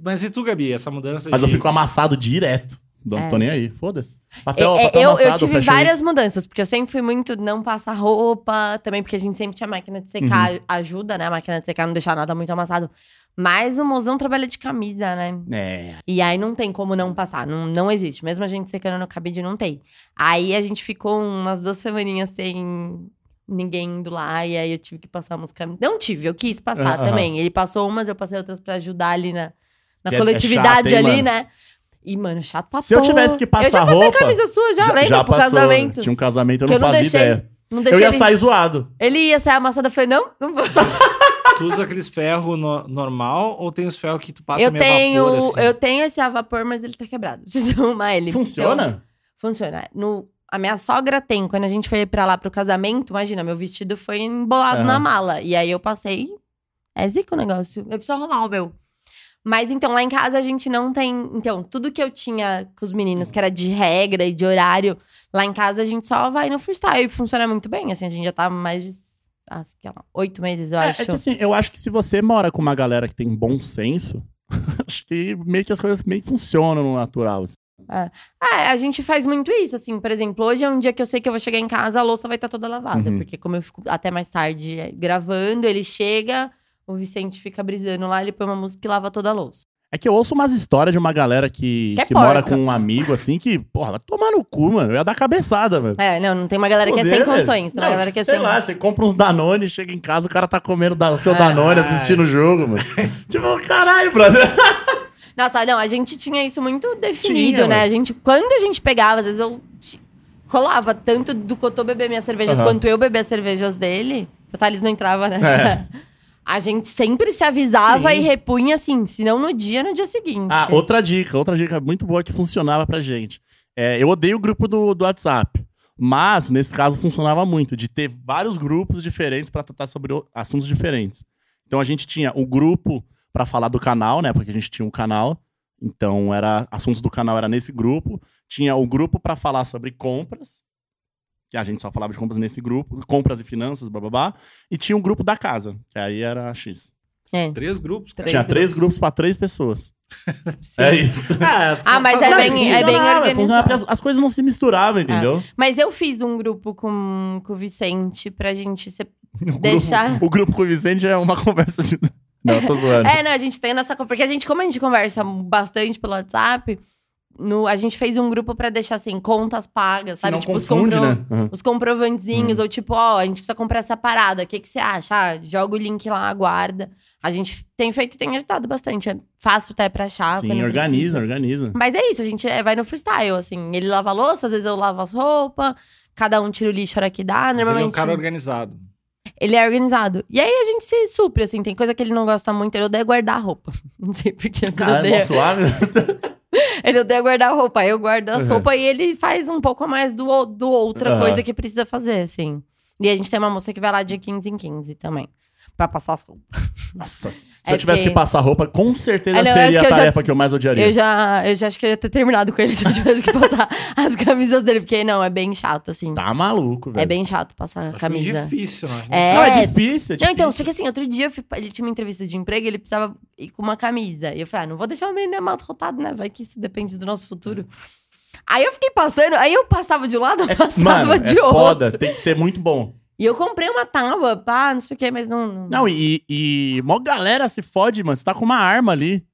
[SPEAKER 3] Mas e tu, Gabi, essa mudança
[SPEAKER 2] Mas
[SPEAKER 3] de...
[SPEAKER 2] eu fico amassado direto. Não
[SPEAKER 4] É.
[SPEAKER 2] tô nem aí. Foda-se. Papel,
[SPEAKER 4] É, é,
[SPEAKER 2] papel
[SPEAKER 4] eu, eu
[SPEAKER 2] amassado,
[SPEAKER 4] tive
[SPEAKER 2] fashion
[SPEAKER 4] várias mudanças, porque eu sempre fui muito não passar roupa, também porque a gente sempre tinha máquina de secar, ajuda, né? A máquina de secar não deixar nada muito amassado. Mas o mozão trabalha de camisa, né?
[SPEAKER 2] week. É.
[SPEAKER 4] E aí não tem como não passar, não, não existe. Mesmo a gente secando no cabide, não tem. Aí a gente ficou umas duas semaninhas sem ninguém indo lá, e aí eu tive que passar umas camisas. Não tive, eu quis passar
[SPEAKER 2] Ah, Aham.
[SPEAKER 4] também. Ele passou umas, eu passei outras pra ajudar ali na, na
[SPEAKER 2] Que é- é
[SPEAKER 4] coletividade
[SPEAKER 2] chato, hein,
[SPEAKER 4] ali,
[SPEAKER 2] mano?
[SPEAKER 4] né? E, mano, chato pra
[SPEAKER 2] Se eu
[SPEAKER 4] porra.
[SPEAKER 2] tivesse que
[SPEAKER 4] Eu já
[SPEAKER 2] passar
[SPEAKER 4] passei
[SPEAKER 2] roupa,
[SPEAKER 4] camisa sua, já, lembro, pro
[SPEAKER 2] passou.
[SPEAKER 4] casamento.
[SPEAKER 2] Tinha um casamento, eu
[SPEAKER 4] Que
[SPEAKER 2] não
[SPEAKER 4] eu não
[SPEAKER 2] fazia
[SPEAKER 4] deixei.
[SPEAKER 2] ideia.
[SPEAKER 4] Não deixei
[SPEAKER 2] eu ia
[SPEAKER 4] ele...
[SPEAKER 2] sair zoado.
[SPEAKER 4] ele ia sair amassado, eu falei, não, não vou.
[SPEAKER 3] Tu usa aqueles ferros no- normal ou tem os ferros que tu passa
[SPEAKER 4] Eu
[SPEAKER 3] meio
[SPEAKER 4] tenho,
[SPEAKER 3] vapor, assim?
[SPEAKER 4] eu tenho esse a vapor, mas ele tá quebrado. Preciso arrumar ele. Então,
[SPEAKER 2] Funciona?
[SPEAKER 4] funciona. No, a minha sogra tem. Quando a gente foi pra lá pro casamento, imagina, meu vestido foi embolado
[SPEAKER 2] Aham.
[SPEAKER 4] na mala. E aí eu passei. É zica o negócio. Eu preciso arrumar o meu. Mas então, lá em casa a gente não tem. Então, tudo que eu tinha com os meninos, que era de regra e de horário, lá em casa a gente só vai no freestyle. E funciona muito bem. Assim, a gente já tá mais de. ah, sei lá, oito meses, eu
[SPEAKER 2] É,
[SPEAKER 4] acho.
[SPEAKER 2] é que assim, eu acho que se você mora com uma galera que tem bom senso, acho que meio que as coisas meio que funcionam no natural. assim.
[SPEAKER 4] É, a gente faz muito isso, assim. Por exemplo, hoje é um dia que eu sei que eu vou chegar em casa, a louça vai estar toda lavada.
[SPEAKER 2] Uhum.
[SPEAKER 4] Porque como eu fico até mais tarde eh, gravando, ele chega, o Vicente fica brisando lá, ele põe uma música que lava toda a louça.
[SPEAKER 2] É que eu ouço umas histórias de uma galera que,
[SPEAKER 4] Que é
[SPEAKER 2] que mora
[SPEAKER 4] porca.
[SPEAKER 2] com um amigo assim que, porra, vai tomar no cu, mano. Eu ia dar cabeçada, mano.
[SPEAKER 4] É, não, não tem uma galera que é
[SPEAKER 2] Foder,
[SPEAKER 4] sem
[SPEAKER 2] velho.
[SPEAKER 4] condições. Tem uma
[SPEAKER 2] Não,
[SPEAKER 4] galera que é
[SPEAKER 2] sei
[SPEAKER 4] sem...
[SPEAKER 2] lá, você compra uns Danone, chega em casa, o cara tá comendo da- o seu
[SPEAKER 4] Ah.
[SPEAKER 2] Danone assistindo o jogo, mano. tipo, caralho, brother.
[SPEAKER 4] Nossa, não, a gente tinha isso muito definido,
[SPEAKER 2] Tinha,
[SPEAKER 4] né?
[SPEAKER 2] ué.
[SPEAKER 4] A gente, quando a gente pegava, às vezes eu ti- colava tanto do Cotô beber minhas cervejas
[SPEAKER 2] Aham.
[SPEAKER 4] quanto eu beber as cervejas dele, que o Thales não entrava nessa. A gente sempre se avisava
[SPEAKER 2] É. Sim.
[SPEAKER 4] e repunha, assim, se não no dia, no dia seguinte.
[SPEAKER 2] Ah, outra dica, outra dica muito boa que funcionava pra gente. É, eu odeio o grupo do, do WhatsApp. Mas, nesse caso, funcionava muito, de ter vários grupos diferentes pra tratar sobre o- assuntos diferentes. Então a gente tinha o grupo pra falar do canal, né? Porque a gente tinha um canal. Então, era assuntos do canal era nesse grupo. Tinha o grupo pra falar sobre compras. Que a gente só falava de compras nesse grupo, compras e finanças, blá blá blá. E tinha um grupo da casa, que aí era X.
[SPEAKER 4] É,
[SPEAKER 3] Três grupos, cara.
[SPEAKER 4] Três
[SPEAKER 2] tinha três
[SPEAKER 4] grupos.
[SPEAKER 2] grupos pra três pessoas.
[SPEAKER 4] sim.
[SPEAKER 2] É isso.
[SPEAKER 4] Ah, mas
[SPEAKER 2] Não,
[SPEAKER 4] é
[SPEAKER 2] assim,
[SPEAKER 4] bem, é bem
[SPEAKER 2] funcionava, funcionava, porque
[SPEAKER 4] organizado. Ah,
[SPEAKER 2] As, as coisas não se misturavam, entendeu?
[SPEAKER 4] Mas eu fiz um grupo com, com o Vicente pra gente ser.
[SPEAKER 2] O
[SPEAKER 4] Deixar-
[SPEAKER 2] Grupo, o grupo com o Vicente é uma conversa de. Não, eu tô zoando.
[SPEAKER 4] É, não, a gente tem a nossa. Porque a gente, como a gente conversa bastante pelo WhatsApp, no, a gente fez um grupo pra deixar assim, contas pagas, sabe? tipo,
[SPEAKER 2] não
[SPEAKER 4] os um
[SPEAKER 2] confunde,
[SPEAKER 4] compro-
[SPEAKER 2] né? Hum. Uhum.
[SPEAKER 4] Os comprovantezinhos, ou tipo, ó, a gente precisa comprar essa parada, o que, que você acha? Ah, joga o link lá, aguarda. A gente tem feito, tem ajudado bastante. É fácil até pra achar.
[SPEAKER 2] Sim,
[SPEAKER 4] quando
[SPEAKER 2] organiza,
[SPEAKER 4] né, precisa.
[SPEAKER 2] organiza.
[SPEAKER 4] Mas é isso, a gente é, vai no freestyle, assim. Ele lava a louça, às vezes eu lavo as roupas, cada um tira o lixo a hora que
[SPEAKER 3] Mas
[SPEAKER 4] dá.
[SPEAKER 3] ele é um
[SPEAKER 4] Normalmente
[SPEAKER 3] cara organizado.
[SPEAKER 4] ele é organizado. E aí a gente se supre, assim. Tem coisa que ele não gosta muito, ele odeia guardar roupa. Não sei por que ele
[SPEAKER 3] Ah,
[SPEAKER 2] Cara,
[SPEAKER 4] odeia.
[SPEAKER 2] é suave.
[SPEAKER 4] Ele odeia guardar roupa, aí eu guardo as
[SPEAKER 2] Uhum.
[SPEAKER 4] roupas e ele faz um pouco a mais do, ou- do outra
[SPEAKER 2] Uhum.
[SPEAKER 4] coisa que precisa fazer, assim. E a gente tem uma moça que vai lá de 15 em 15 também. Pra passar as roupas.
[SPEAKER 2] Nossa, se
[SPEAKER 4] É
[SPEAKER 2] eu tivesse
[SPEAKER 4] que-
[SPEAKER 2] que passar roupa, com certeza
[SPEAKER 4] Ah, não, eu acho
[SPEAKER 2] seria
[SPEAKER 4] que
[SPEAKER 2] a
[SPEAKER 4] eu já-
[SPEAKER 2] tarefa que eu mais odiaria.
[SPEAKER 4] Eu já, eu já acho que eu ia ter terminado com ele se eu tivesse que passar as camisas dele. Porque, não, é bem chato, assim.
[SPEAKER 2] Tá maluco, velho.
[SPEAKER 4] é bem chato passar a
[SPEAKER 3] Acho meio
[SPEAKER 4] camisa.
[SPEAKER 3] difícil, não acho.
[SPEAKER 4] É.
[SPEAKER 2] Não, é difícil. É difícil.
[SPEAKER 4] Não, então, só que assim, outro dia eu fui pra- ele tinha uma entrevista de emprego e ele precisava ir com uma camisa. E eu falei, ah, não vou deixar o menino maltratado, né? Vai que isso depende do nosso futuro. Aí eu fiquei passando, aí eu passava de um lado, eu passava
[SPEAKER 2] Mano, é
[SPEAKER 4] de outro.
[SPEAKER 2] foda, tem que ser muito bom.
[SPEAKER 4] E eu comprei uma tábua, pá, não sei o que, mas não. Não,
[SPEAKER 2] Não, e, e mó galera se fode, mano. Você tá com uma arma ali.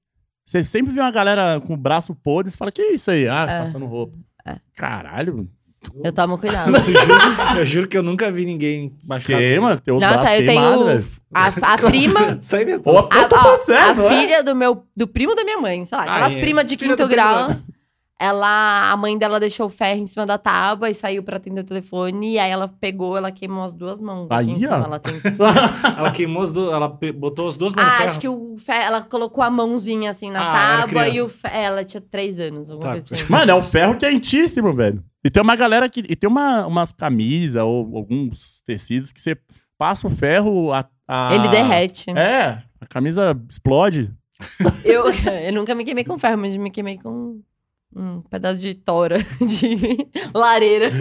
[SPEAKER 2] Você sempre vê uma galera com o braço podre, você fala, que isso aí? Ah,
[SPEAKER 4] É.
[SPEAKER 2] passando roupa.
[SPEAKER 4] É.
[SPEAKER 2] Caralho, mano.
[SPEAKER 4] eu tomo cuidado.
[SPEAKER 3] Eu juro, eu juro que eu nunca vi ninguém machucado.
[SPEAKER 2] Queima, tem os
[SPEAKER 4] Nossa,
[SPEAKER 2] braços
[SPEAKER 4] eu tenho-
[SPEAKER 2] queimados, velho.
[SPEAKER 4] A, a prima.
[SPEAKER 3] Você tá inventando.
[SPEAKER 2] Ou a, eu
[SPEAKER 4] A,
[SPEAKER 2] tô
[SPEAKER 4] ó,
[SPEAKER 2] falando sério,
[SPEAKER 4] a
[SPEAKER 2] não é?
[SPEAKER 4] filha do meu do primo da minha mãe, sei lá, aquelas
[SPEAKER 3] Ah, é.
[SPEAKER 4] primas de
[SPEAKER 3] Filha do primo
[SPEAKER 4] quinto grau. Ela, a mãe dela deixou o ferro em cima da tábua e saiu pra atender o telefone. E aí ela pegou, ela queimou as duas mãos. aqui em
[SPEAKER 2] Aí,
[SPEAKER 4] cima,
[SPEAKER 2] ó.
[SPEAKER 4] ela tem
[SPEAKER 3] Ela queimou os dois, ela pe- botou os dois mãos no
[SPEAKER 4] Ah,
[SPEAKER 3] ferro.
[SPEAKER 4] acho que o fe- ela colocou a mãozinha assim na
[SPEAKER 3] Ah, ela era
[SPEAKER 4] tábua e
[SPEAKER 3] criança.
[SPEAKER 4] o fe- ela tinha três anos,
[SPEAKER 3] Tá.
[SPEAKER 4] alguma coisa assim.
[SPEAKER 2] Mano, é um ferro quentíssimo, velho. E tem uma galera que. E tem uma, umas camisas ou alguns tecidos que você passa o ferro. A, a-
[SPEAKER 4] Ele derrete.
[SPEAKER 2] É, a camisa explode.
[SPEAKER 4] Eu, eu nunca me queimei com ferro, mas me queimei com um pedaço de tora, de lareira.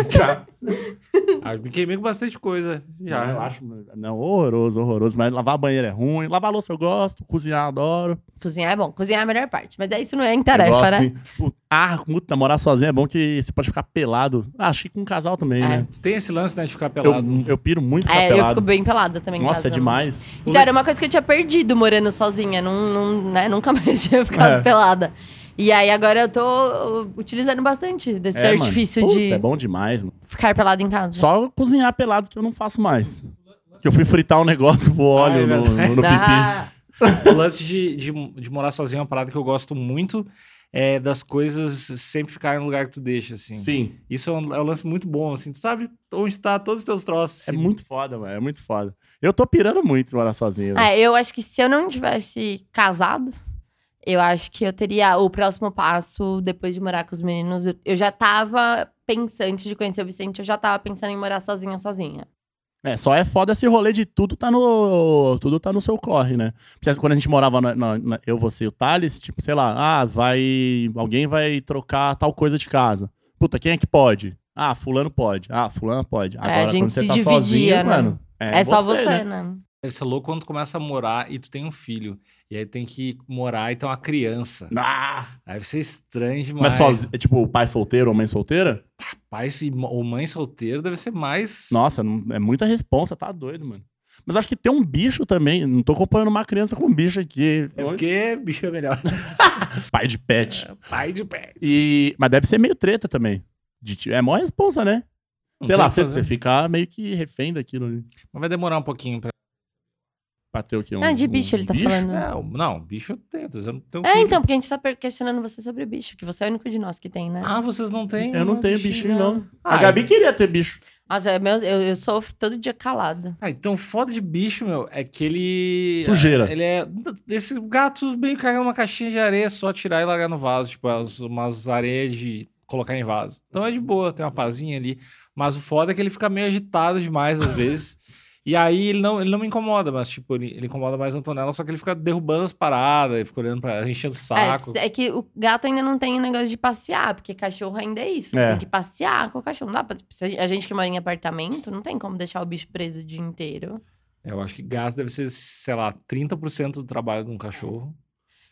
[SPEAKER 3] Ah, eu me queimei com bastante coisa. Já.
[SPEAKER 2] Eu acho. Não, horroroso, horroroso. Mas lavar banheiro é ruim. Lavar louça eu gosto. Cozinhar eu adoro.
[SPEAKER 4] Cozinhar é bom, cozinhar é a melhor parte, mas daí isso não é em
[SPEAKER 2] eu
[SPEAKER 4] tarefa,
[SPEAKER 2] gosto,
[SPEAKER 4] né?
[SPEAKER 2] hein? Pô, Ah, puta, morar sozinho é bom que você pode ficar pelado. Ah, acho que com um casal também,
[SPEAKER 4] É.
[SPEAKER 2] né?
[SPEAKER 3] Tu tem esse lance, né, de ficar
[SPEAKER 2] Eu,
[SPEAKER 3] pelado.
[SPEAKER 2] eu piro muito ficar
[SPEAKER 4] É, eu
[SPEAKER 2] pelado.
[SPEAKER 4] fico bem pelada também. em
[SPEAKER 2] Nossa,
[SPEAKER 4] casa,
[SPEAKER 2] é
[SPEAKER 4] né?
[SPEAKER 2] demais.
[SPEAKER 4] Então, era uma coisa que eu tinha perdido morando sozinha. Não, não, né? Nunca mais tinha ficado
[SPEAKER 2] É.
[SPEAKER 4] pelada. E aí agora eu tô uh, utilizando bastante desse
[SPEAKER 2] É, mano.
[SPEAKER 4] artifício
[SPEAKER 2] Puta,
[SPEAKER 4] de
[SPEAKER 2] É bom demais, mano.
[SPEAKER 4] ficar pelado em casa.
[SPEAKER 2] Só cozinhar pelado que eu não faço mais. Que eu fui fritar um negócio pro
[SPEAKER 3] Ah,
[SPEAKER 2] óleo
[SPEAKER 3] é
[SPEAKER 2] no,
[SPEAKER 3] verdade.
[SPEAKER 2] no, no pipi.
[SPEAKER 4] Dá-
[SPEAKER 3] O lance de, de, de morar sozinho é uma parada que eu gosto muito. É das coisas sempre ficarem no lugar que tu deixa, assim.
[SPEAKER 2] Sim.
[SPEAKER 3] Isso é um, é um lance muito bom, assim. Tu sabe onde tá todos os teus troços.
[SPEAKER 2] É
[SPEAKER 3] assim.
[SPEAKER 2] muito foda, mano. É muito foda. Eu tô pirando muito morar sozinho. velho.
[SPEAKER 4] É, eu acho que se eu não tivesse casado, eu acho que eu teria o próximo passo depois de morar com os meninos. eu- Eu já tava pensando, antes de conhecer o Vicente, eu já tava pensando em morar sozinha, sozinha.
[SPEAKER 2] É, só é foda esse rolê de tudo tá no. Tudo tá no seu corre, né? Porque quando a gente morava na, na- na- eu, você e o Thales, tipo, sei lá, ah, vai. Alguém vai trocar tal coisa de casa. Puta, quem é que pode? Ah, fulano pode. Ah, fulano pode. Agora,
[SPEAKER 4] É, a gente
[SPEAKER 2] quando você
[SPEAKER 4] se
[SPEAKER 2] tá
[SPEAKER 4] dividia,
[SPEAKER 2] sozinho,
[SPEAKER 4] né?
[SPEAKER 2] mano.
[SPEAKER 4] É, só você,
[SPEAKER 2] né?
[SPEAKER 4] né?
[SPEAKER 3] Deve ser louco quando tu começa a morar e tu tem um filho. E aí tem que morar e tem uma criança.
[SPEAKER 2] Ah,
[SPEAKER 3] Aí deve ser estranho demais.
[SPEAKER 2] mas sozinho, é tipo, pai solteiro ou mãe solteira?
[SPEAKER 3] Pai se- ou mãe solteira deve ser mais.
[SPEAKER 2] Nossa, não- é muita responsa, tá doido, mano. Mas acho que tem um bicho também. Não tô comparando uma criança com um bicho aqui.
[SPEAKER 3] É porque bicho é melhor.
[SPEAKER 2] Pai de pet.
[SPEAKER 3] Pai de pé.
[SPEAKER 2] E, mas deve ser meio treta também. De ti- é maior responsa, né?
[SPEAKER 3] Não
[SPEAKER 2] Sei
[SPEAKER 3] tem né? o
[SPEAKER 2] lá,
[SPEAKER 3] que
[SPEAKER 2] você,
[SPEAKER 3] fazer.
[SPEAKER 2] você fica meio que refém daquilo. né?
[SPEAKER 3] Mas vai demorar um pouquinho pra.
[SPEAKER 2] Bateu aqui um.
[SPEAKER 4] Não, de
[SPEAKER 2] um
[SPEAKER 4] bicho ele tá falando.
[SPEAKER 3] É, o- não, bicho eu tenho. Eu não tenho
[SPEAKER 4] É,
[SPEAKER 3] filho.
[SPEAKER 4] então, porque a gente tá per- questionando você sobre bicho, que você é o único de nós que tem, né?
[SPEAKER 3] Ah, vocês não têm.
[SPEAKER 2] Eu não
[SPEAKER 3] né,
[SPEAKER 2] tenho
[SPEAKER 3] bichinho?
[SPEAKER 2] bichinho, não.
[SPEAKER 3] Ah,
[SPEAKER 2] a Gabi queria ter bicho.
[SPEAKER 4] Nossa, é meu, eu, eu sofro todo dia calada.
[SPEAKER 3] Ah, então foda de bicho, meu, é que ele.
[SPEAKER 2] Sujeira.
[SPEAKER 3] Ele é. Esse gato meio que carrega é uma caixinha de areia, só tirar e largar no vaso. Tipo, as- umas areias de colocar em vaso. Então é de boa, tem uma pazinha ali. Mas o foda é que ele fica meio agitado demais às vezes. E aí ele não, ele não me incomoda, mas tipo, ele, ele incomoda mais a Antonella, só que ele fica derrubando as paradas, ele fica olhando pra. enchendo o saco.
[SPEAKER 4] É, é que o gato ainda não tem o negócio de passear, porque cachorro ainda é isso. Você
[SPEAKER 2] É.
[SPEAKER 4] tem que passear com o cachorro. Não dá pra, se a gente- a gente que mora em apartamento, não tem como deixar o bicho preso o dia inteiro.
[SPEAKER 3] Eu acho que gasto deve ser, sei lá, 30% do trabalho de um cachorro.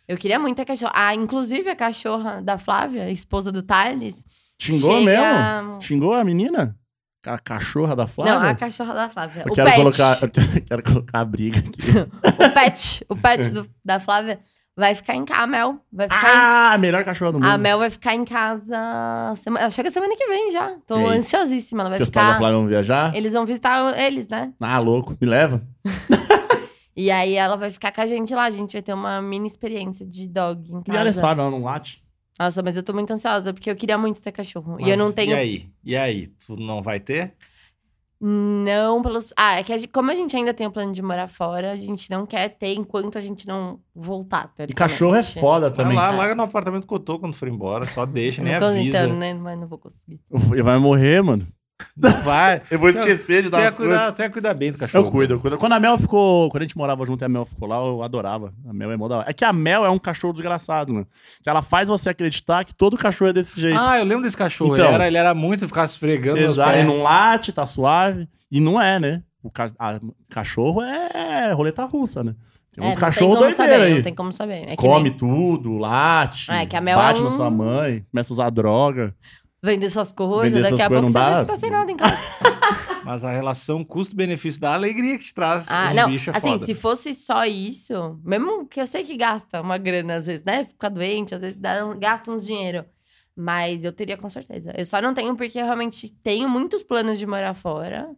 [SPEAKER 4] Eu queria muito a cachorra. Ah, inclusive a cachorra da Flávia, esposa do Thales.
[SPEAKER 2] Xingou mesmo?
[SPEAKER 4] chega-
[SPEAKER 2] Xingou a menina? A cachorra da Flávia?
[SPEAKER 4] Não, a cachorra da Flávia.
[SPEAKER 2] Eu
[SPEAKER 4] o
[SPEAKER 2] quero
[SPEAKER 4] pet.
[SPEAKER 2] colocar, eu quero- quero colocar a briga aqui.
[SPEAKER 4] O pet. O pet do- da Flávia vai ficar em casa. A Mel vai ficar em
[SPEAKER 2] Ah, a melhor cachorra do mundo.
[SPEAKER 4] A Mel vai ficar em casa. Semana... ela Chega semana que vem já. Tô
[SPEAKER 2] Ei.
[SPEAKER 4] ansiosíssima. Ela vai
[SPEAKER 2] Que os pais da
[SPEAKER 4] ficar.
[SPEAKER 2] Flávia vão viajar?
[SPEAKER 4] Eles vão visitar o- eles, né?
[SPEAKER 2] Ah, louco. Me leva.
[SPEAKER 4] E aí ela vai ficar com a gente lá. A gente vai ter uma mini experiência de dog em
[SPEAKER 2] E ela é
[SPEAKER 4] casa.
[SPEAKER 2] suave, ela não late.
[SPEAKER 4] Nossa, mas eu tô muito ansiosa porque eu queria muito ter cachorro.
[SPEAKER 3] Mas
[SPEAKER 4] e eu não tenho.
[SPEAKER 3] E aí? E aí? Tu não vai ter?
[SPEAKER 4] Não pelos. Ah, é que a gente- como a gente ainda tem o plano de morar fora, a gente não quer ter enquanto a gente não voltar. né?
[SPEAKER 2] E cachorro é
[SPEAKER 4] teoricamente.
[SPEAKER 2] foda
[SPEAKER 3] Vai
[SPEAKER 2] também.
[SPEAKER 3] lá, larga no apartamento que eu tô quando for embora, só deixa, nem
[SPEAKER 4] Não tô tentando,
[SPEAKER 3] avisa.
[SPEAKER 4] né? Mas não vou conseguir.
[SPEAKER 2] Ele vai morrer, mano.
[SPEAKER 3] Não vai.
[SPEAKER 2] Eu vou
[SPEAKER 3] esquecer
[SPEAKER 2] de
[SPEAKER 3] Tu ia, cuidar, tu ia cuidar bem do cachorro.
[SPEAKER 2] Eu cuido, eu cuido. Quando a Mel ficou. Quando a gente morava junto e a Mel ficou lá, eu adorava. A Mel é mó da hora. É que a Mel é um cachorro desgraçado, mano. Que ela faz você acreditar que todo cachorro é desse jeito.
[SPEAKER 3] Ah, eu lembro desse cachorro.
[SPEAKER 2] Então.
[SPEAKER 3] ele, era, ele era muito ficar esfregando meus
[SPEAKER 2] Exato.
[SPEAKER 3] pés.
[SPEAKER 2] Ele não late, tá suave. E não é, né? O ca- a- cachorro é roleta russa, né? Tem
[SPEAKER 4] É,
[SPEAKER 2] uns
[SPEAKER 4] não
[SPEAKER 2] cachorros
[SPEAKER 4] tem como
[SPEAKER 2] doideiros
[SPEAKER 4] saber,
[SPEAKER 2] aí.
[SPEAKER 4] Não tem como saber. É que
[SPEAKER 2] Come
[SPEAKER 4] nem
[SPEAKER 2] tudo, late,
[SPEAKER 4] É, que a Mel
[SPEAKER 2] bate
[SPEAKER 4] é
[SPEAKER 2] na
[SPEAKER 4] um-
[SPEAKER 2] sua mãe, começa a usar droga.
[SPEAKER 4] Vender suas coisas,
[SPEAKER 2] Vender
[SPEAKER 4] daqui
[SPEAKER 2] suas
[SPEAKER 4] a pouco
[SPEAKER 2] coisas
[SPEAKER 4] você
[SPEAKER 2] não
[SPEAKER 4] vai
[SPEAKER 2] dá.
[SPEAKER 4] estar sem nada em casa.
[SPEAKER 3] Mas a relação custo-benefício da alegria que te traz
[SPEAKER 4] Ah,
[SPEAKER 3] um
[SPEAKER 4] não.
[SPEAKER 3] bicho é
[SPEAKER 4] assim,
[SPEAKER 3] foda.
[SPEAKER 4] se fosse só isso, mesmo que eu sei que gasta uma grana às vezes, né? Fica doente, às vezes dá, um- gasta uns dinheiro. Mas eu teria com certeza. Eu só não tenho porque eu realmente tenho muitos planos de morar fora.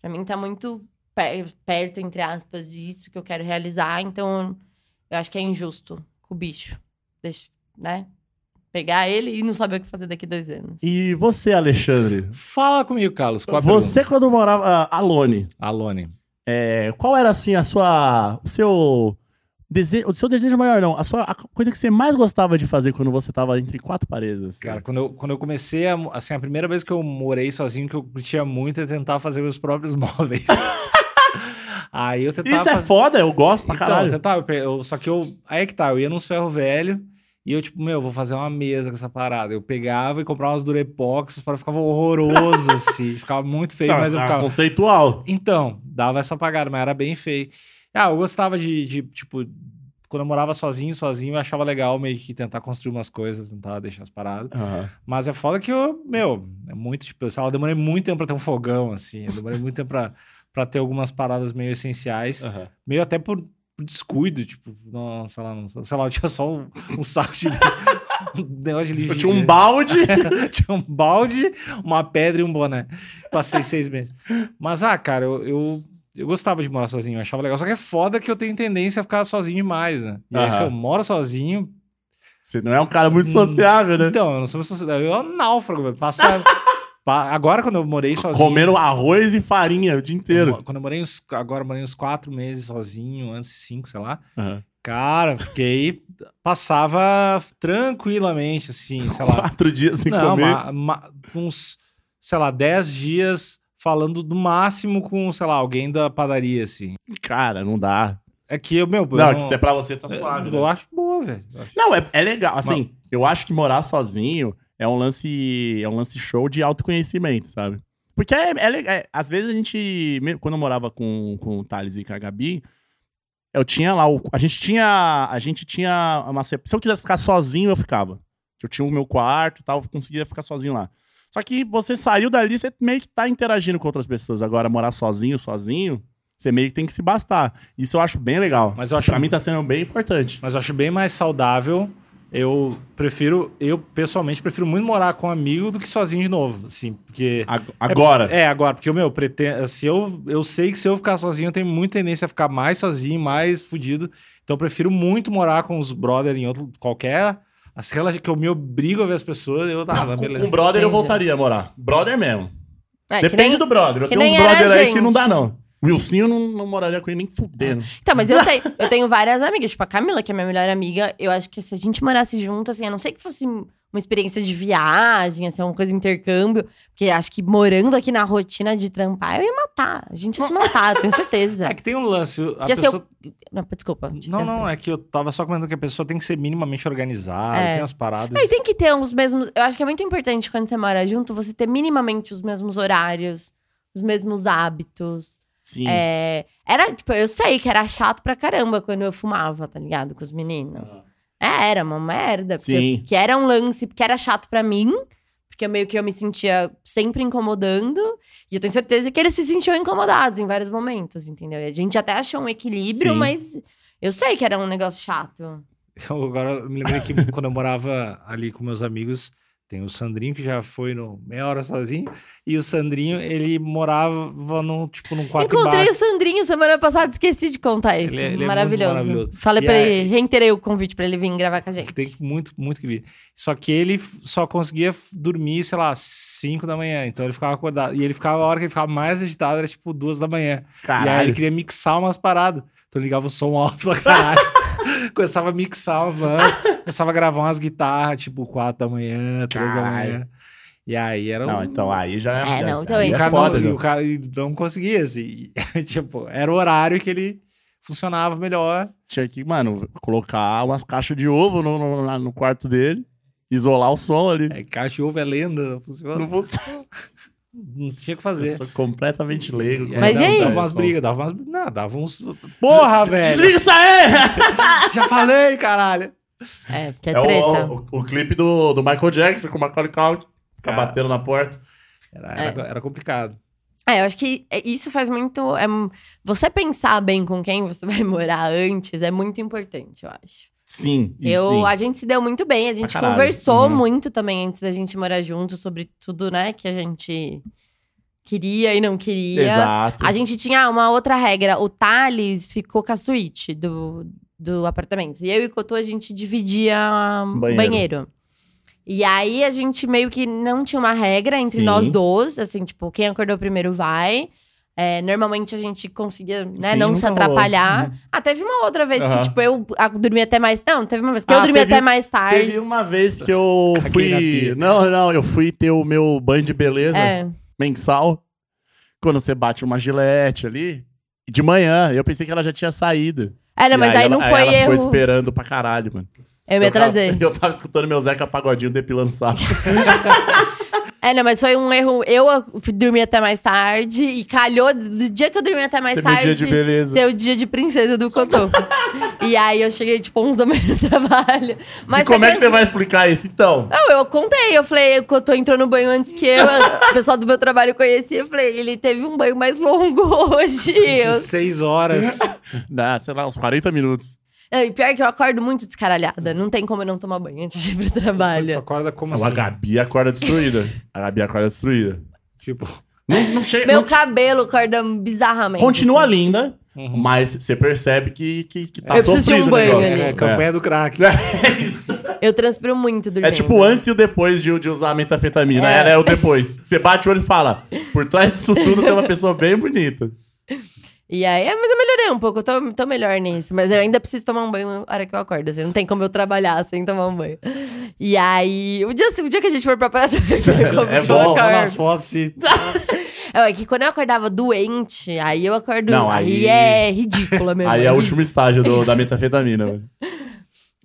[SPEAKER 4] Pra mim tá muito per- perto, entre aspas, disso que eu quero realizar. Então eu acho que é injusto com o bicho. Deixa, né? Pegar ele e não saber o que fazer daqui dois anos.
[SPEAKER 2] E você, Alexandre?
[SPEAKER 3] Fala comigo, Carlos. Qual a
[SPEAKER 2] Você, quando morava. ah, Alone,
[SPEAKER 3] pergunta? Alone.
[SPEAKER 2] É, qual era assim a sua, o seu desejo, o seu desejo maior não, a sua a coisa que você mais gostava de fazer quando você tava entre quatro paredes? assim?
[SPEAKER 3] Cara, quando eu, quando eu comecei, a, assim, a primeira vez que eu morei sozinho, que eu curtia muito é tentar fazer meus próprios móveis. Aí eu tentava...
[SPEAKER 2] Isso é
[SPEAKER 3] fazer-
[SPEAKER 2] foda, eu gosto pra
[SPEAKER 3] Então,
[SPEAKER 2] caralho.
[SPEAKER 3] eu tentava, eu pe- eu- só que eu. Aí é que tá, eu ia num ferro velho e eu, tipo, meu, vou fazer uma mesa com essa parada. Eu pegava e comprava umas Durepox, para ficava horroroso, assim. Ficava muito feio,
[SPEAKER 2] Não,
[SPEAKER 3] mas eu
[SPEAKER 2] tá
[SPEAKER 3] ficava.
[SPEAKER 2] conceitual.
[SPEAKER 3] Então, dava essa apagada, mas era bem feio. Ah, eu gostava de, de, tipo, quando eu morava sozinho, sozinho, eu achava legal meio que tentar construir umas coisas, tentar deixar as paradas. Mas é foda que eu, meu, é muito, tipo, sei lá, eu demorei muito tempo pra ter um fogão, assim. Eu demorei muito tempo pra, pra ter algumas paradas meio essenciais. Meio até por por descuido, tipo, não, sei lá, não, sei lá, eu tinha só um, um saco de. um negócio de lixo.
[SPEAKER 2] Eu tinha um balde.
[SPEAKER 3] Tinha um balde, uma pedra e um boné. Passei seis meses. Mas, ah, cara, eu, eu, eu gostava de morar sozinho, eu achava legal. Só que é foda que eu tenho tendência a ficar sozinho demais, né? E aí, se
[SPEAKER 2] Aham.
[SPEAKER 3] eu moro sozinho.
[SPEAKER 2] Você não é um cara muito sociável, né?
[SPEAKER 3] Hum. Então, eu não sou uma sociedade. Eu é um náufrago, velho. Passa. pa- Agora, quando eu morei sozinho.
[SPEAKER 2] Comeram arroz e farinha o dia inteiro.
[SPEAKER 3] Quando- Quando eu morei uns, agora eu morei uns quatro meses sozinho, antes cinco, sei lá.
[SPEAKER 2] Aham.
[SPEAKER 3] Cara, fiquei. passava tranquilamente, assim, sei lá.
[SPEAKER 2] Quatro dias sem
[SPEAKER 3] Não,
[SPEAKER 2] comer.
[SPEAKER 3] ma- ma- uns, sei lá, dez dias falando do máximo com, sei lá, alguém da padaria, assim.
[SPEAKER 2] Cara, não dá.
[SPEAKER 3] É que eu, meu, eu
[SPEAKER 2] Não, que se é pra você, tá suave.
[SPEAKER 3] eu,
[SPEAKER 2] né?
[SPEAKER 3] acho boa, velho. Eu acho-
[SPEAKER 2] Não, é, é legal. Assim, eu acho que morar sozinho é um lance, é um lance show de autoconhecimento, sabe? Porque é, é, le- é- às vezes a gente, me- quando eu morava com, com o Thales e com a Gabi, eu tinha lá o, a gente tinha, a gente tinha uma se se eu quisesse ficar sozinho eu ficava. Eu tinha o meu quarto e tal, eu conseguia ficar sozinho lá. Só que você saiu dali, você meio que tá interagindo com outras pessoas. Agora morar sozinho, sozinho, você meio que tem que se bastar. Isso eu acho bem legal.
[SPEAKER 3] Mas eu acho
[SPEAKER 2] Pra mim tá sendo bem importante.
[SPEAKER 3] Mas eu acho bem mais saudável. Eu prefiro, eu pessoalmente prefiro muito morar com um amigo do que sozinho de novo, assim, porque
[SPEAKER 2] Ag- Agora.
[SPEAKER 3] é agora, porque o meu pretendo, se eu, eu sei que se eu ficar sozinho, eu tenho muita tendência a ficar mais sozinho, mais fudido. Então eu prefiro muito morar com os brother em outro qualquer, as relações que eu me obrigo a ver as pessoas, eu
[SPEAKER 2] Não,
[SPEAKER 3] ah, mas
[SPEAKER 2] com,
[SPEAKER 3] beleza.
[SPEAKER 2] com brother eu
[SPEAKER 4] Entendi.
[SPEAKER 2] voltaria a morar. Brother mesmo.
[SPEAKER 4] É, que
[SPEAKER 2] Depende
[SPEAKER 4] nem-
[SPEAKER 2] do brother. Eu
[SPEAKER 4] que
[SPEAKER 2] tenho uns
[SPEAKER 4] nem era
[SPEAKER 2] brother
[SPEAKER 4] a
[SPEAKER 2] aí que não
[SPEAKER 4] gente.
[SPEAKER 2] dá, não. Wilson não, não moraria com ele nem fudendo.
[SPEAKER 4] Então, mas eu tenho, eu tenho várias amigas. Tipo, a Camila, que é minha melhor amiga, eu acho que se a gente morasse junto, assim, a não ser que fosse uma experiência de viagem, assim, uma coisa de intercâmbio, porque acho que morando aqui na rotina de trampar, eu ia matar. A gente ia se matar, eu tenho certeza.
[SPEAKER 3] É que tem um lance, a
[SPEAKER 4] Podia ser
[SPEAKER 3] pessoa
[SPEAKER 4] Não, desculpa. te
[SPEAKER 3] Não,
[SPEAKER 4] interromper.
[SPEAKER 3] não, é que eu tava só comentando que a pessoa tem que ser minimamente organizada,
[SPEAKER 4] É.
[SPEAKER 3] tem as paradas.
[SPEAKER 4] Aí tem que ter uns mesmos. Eu acho que é muito importante quando você mora junto você ter minimamente os mesmos horários, os mesmos hábitos.
[SPEAKER 2] Sim.
[SPEAKER 4] É, era, tipo, eu sei que era chato pra caramba quando eu fumava, tá ligado? Com os
[SPEAKER 2] Ah.
[SPEAKER 4] meninos. É, era uma merda. Porque
[SPEAKER 2] Sim.
[SPEAKER 4] eu- que era um lance, porque era chato pra mim. Porque eu meio que eu me sentia sempre incomodando. E eu tenho certeza que eles se sentiam incomodados em vários momentos, entendeu? E a gente até achou um equilíbrio,
[SPEAKER 2] Sim.
[SPEAKER 4] mas eu sei que era um negócio chato.
[SPEAKER 3] Eu agora me lembrei que quando eu morava ali com meus amigos, tem o Sandrinho que já foi no meia hora sozinho, e o Sandrinho, ele morava num, tipo, num quarto
[SPEAKER 4] Encontrei
[SPEAKER 3] embaixo.
[SPEAKER 4] o Sandrinho semana passada, esqueci de contar isso.
[SPEAKER 3] Ele é- ele é muito
[SPEAKER 4] maravilhoso.
[SPEAKER 3] maravilhoso.
[SPEAKER 4] Falei
[SPEAKER 3] E
[SPEAKER 4] pra
[SPEAKER 3] aí-
[SPEAKER 4] ele, reiterei o convite pra ele vir gravar com a gente.
[SPEAKER 3] Que tem muito, muito que vir. Só que ele f- só conseguia f- dormir, sei lá, 5 da manhã. Então ele ficava acordado. E ele ficava, a hora que ele ficava mais agitado era tipo 2 da manhã. E aí ele
[SPEAKER 2] Caralho.
[SPEAKER 3] queria mixar umas paradas. Então eu ligava o som alto pra caralho. começava a mixar uns lances, começava a gravar umas guitarras, tipo 4 da manhã, 3 da
[SPEAKER 2] Caralho.
[SPEAKER 3] manhã. E aí era
[SPEAKER 2] Não,
[SPEAKER 3] um-
[SPEAKER 2] então aí já
[SPEAKER 4] É, não,
[SPEAKER 2] aí
[SPEAKER 4] então
[SPEAKER 3] e
[SPEAKER 2] é
[SPEAKER 3] o
[SPEAKER 4] isso.
[SPEAKER 3] cara
[SPEAKER 2] foda,
[SPEAKER 3] não, e
[SPEAKER 2] já.
[SPEAKER 3] o cara não conseguia, assim. tipo, era o horário que ele funcionava melhor.
[SPEAKER 2] Tinha que, mano, colocar umas caixas de ovo no, no- lá no quarto dele, isolar o som ali.
[SPEAKER 3] É, cachorro é lenda, não funciona.
[SPEAKER 2] Não
[SPEAKER 3] Não,
[SPEAKER 2] vou ser
[SPEAKER 3] tinha o que fazer.
[SPEAKER 2] sou completamente leigo.
[SPEAKER 3] aí
[SPEAKER 4] Mas
[SPEAKER 3] dava,
[SPEAKER 4] e aí?
[SPEAKER 3] Dava umas brigas, dava umas brigas. Não, dava uns. Porra, velho!
[SPEAKER 2] Desliga isso aí!
[SPEAKER 3] Já falei, caralho!
[SPEAKER 4] É, porque é,
[SPEAKER 2] É
[SPEAKER 4] treta.
[SPEAKER 2] o, o- o clipe do, do Michael Jackson com o Macaulay Culkin. Fica
[SPEAKER 3] Cara.
[SPEAKER 2] batendo na porta.
[SPEAKER 3] Era, era, era complicado.
[SPEAKER 4] É, eu acho que é- isso faz muito. é um- você pensar bem com quem você vai morar antes é muito importante, eu acho.
[SPEAKER 2] Sim.
[SPEAKER 4] eu,
[SPEAKER 2] sim.
[SPEAKER 4] A gente se deu muito bem, a gente
[SPEAKER 2] caralho.
[SPEAKER 4] conversou
[SPEAKER 2] Uhum.
[SPEAKER 4] muito também antes da gente morar junto sobre tudo, né, que a gente queria e não queria.
[SPEAKER 2] Exato.
[SPEAKER 4] A gente tinha uma outra regra. O Thales ficou com a suíte do, do apartamento. E eu e o Cotô, a gente dividia
[SPEAKER 2] Banheiro.
[SPEAKER 4] banheiro. banheiro. E aí, a gente meio que não tinha uma regra entre
[SPEAKER 2] Sim.
[SPEAKER 4] nós dois. Assim, tipo, quem acordou primeiro vai. É, normalmente, a gente conseguia né,
[SPEAKER 2] Sim,
[SPEAKER 4] não se
[SPEAKER 2] nunca rolou.
[SPEAKER 4] atrapalhar. Ah, teve uma outra vez
[SPEAKER 2] Aham.
[SPEAKER 4] que, tipo, eu ah, dormi até mais... Não, teve uma vez que
[SPEAKER 2] Ah,
[SPEAKER 4] eu dormi
[SPEAKER 2] teve-
[SPEAKER 4] até mais tarde.
[SPEAKER 2] Teve uma vez que eu
[SPEAKER 3] Caguei na
[SPEAKER 2] fui.
[SPEAKER 3] pia.
[SPEAKER 2] Não, não, eu fui ter o meu banho de beleza
[SPEAKER 4] É.
[SPEAKER 2] mensal. Quando você bate uma gilete ali. De manhã, eu pensei que ela já tinha saído.
[SPEAKER 4] É, não,
[SPEAKER 2] E
[SPEAKER 4] mas aí, não
[SPEAKER 2] ela,
[SPEAKER 4] foi
[SPEAKER 2] ela
[SPEAKER 4] erro.
[SPEAKER 2] ficou esperando pra caralho, mano.
[SPEAKER 4] Eu me atrasei.
[SPEAKER 2] Tava, eu tava escutando meu Zeca Pagodinho depilando sapo.
[SPEAKER 4] É, não, mas foi um erro. Eu ah, fui dormir até mais tarde e calhou do dia que eu dormi até mais
[SPEAKER 2] Esse é meu
[SPEAKER 4] tarde.
[SPEAKER 2] dia de beleza.
[SPEAKER 4] Seu dia de princesa do Cotô. e aí eu cheguei, tipo, 11 da manhã no trabalho. Mas
[SPEAKER 2] E como é que você
[SPEAKER 4] tranquilo.
[SPEAKER 2] vai explicar isso, então?
[SPEAKER 4] Não, eu contei. Eu falei, o Cotô entrou no banho antes que eu. o pessoal do meu trabalho conhecia. Eu falei, ele teve um banho mais longo hoje.
[SPEAKER 3] De
[SPEAKER 4] Eu-
[SPEAKER 3] seis horas.
[SPEAKER 2] Dá, sei lá, uns 40 minutos.
[SPEAKER 4] Não, e pior que eu acordo muito descaralhada. Não tem como eu não tomar banho antes de ir pro
[SPEAKER 3] Tu
[SPEAKER 4] trabalho.
[SPEAKER 3] acorda como
[SPEAKER 2] Não,
[SPEAKER 3] assim?
[SPEAKER 2] a Gabi acorda destruída. A Gabi acorda destruída.
[SPEAKER 3] Tipo,
[SPEAKER 2] Não, não chega.
[SPEAKER 4] Meu
[SPEAKER 2] não-
[SPEAKER 4] cabelo acorda bizarramente.
[SPEAKER 2] continua
[SPEAKER 4] assim.
[SPEAKER 2] linda,
[SPEAKER 3] Uhum.
[SPEAKER 2] mas você percebe que, que, que tá
[SPEAKER 4] Eu preciso de um
[SPEAKER 2] sofrido o
[SPEAKER 4] banho
[SPEAKER 2] negócio.
[SPEAKER 4] ali.
[SPEAKER 3] é, campanha do crack.
[SPEAKER 4] Eu transpiro muito
[SPEAKER 2] É
[SPEAKER 4] dormindo.
[SPEAKER 2] tipo o antes e o depois de, de usar a metafetamina.
[SPEAKER 4] É.
[SPEAKER 2] Ela é o depois. Você bate o olho e fala: por trás disso tudo tem uma pessoa bem bonita.
[SPEAKER 4] E aí, é, mas eu melhorei um pouco, eu tô, tô melhor nisso. Mas eu ainda preciso tomar um banho na hora que eu acordo, assim. Não tem como eu trabalhar sem tomar um banho. E aí, o dia, o dia que a gente for pra praça, vai ver como
[SPEAKER 2] É
[SPEAKER 4] que eu
[SPEAKER 2] bom,
[SPEAKER 4] acordo.
[SPEAKER 3] Manda as fotos e...
[SPEAKER 4] É que quando eu acordava doente, aí eu acordo...
[SPEAKER 2] Não, aí-
[SPEAKER 4] aí... é ridícula mesmo.
[SPEAKER 2] Aí é
[SPEAKER 4] é
[SPEAKER 2] o
[SPEAKER 4] ri-
[SPEAKER 2] último estágio do- da metafetamina. velho.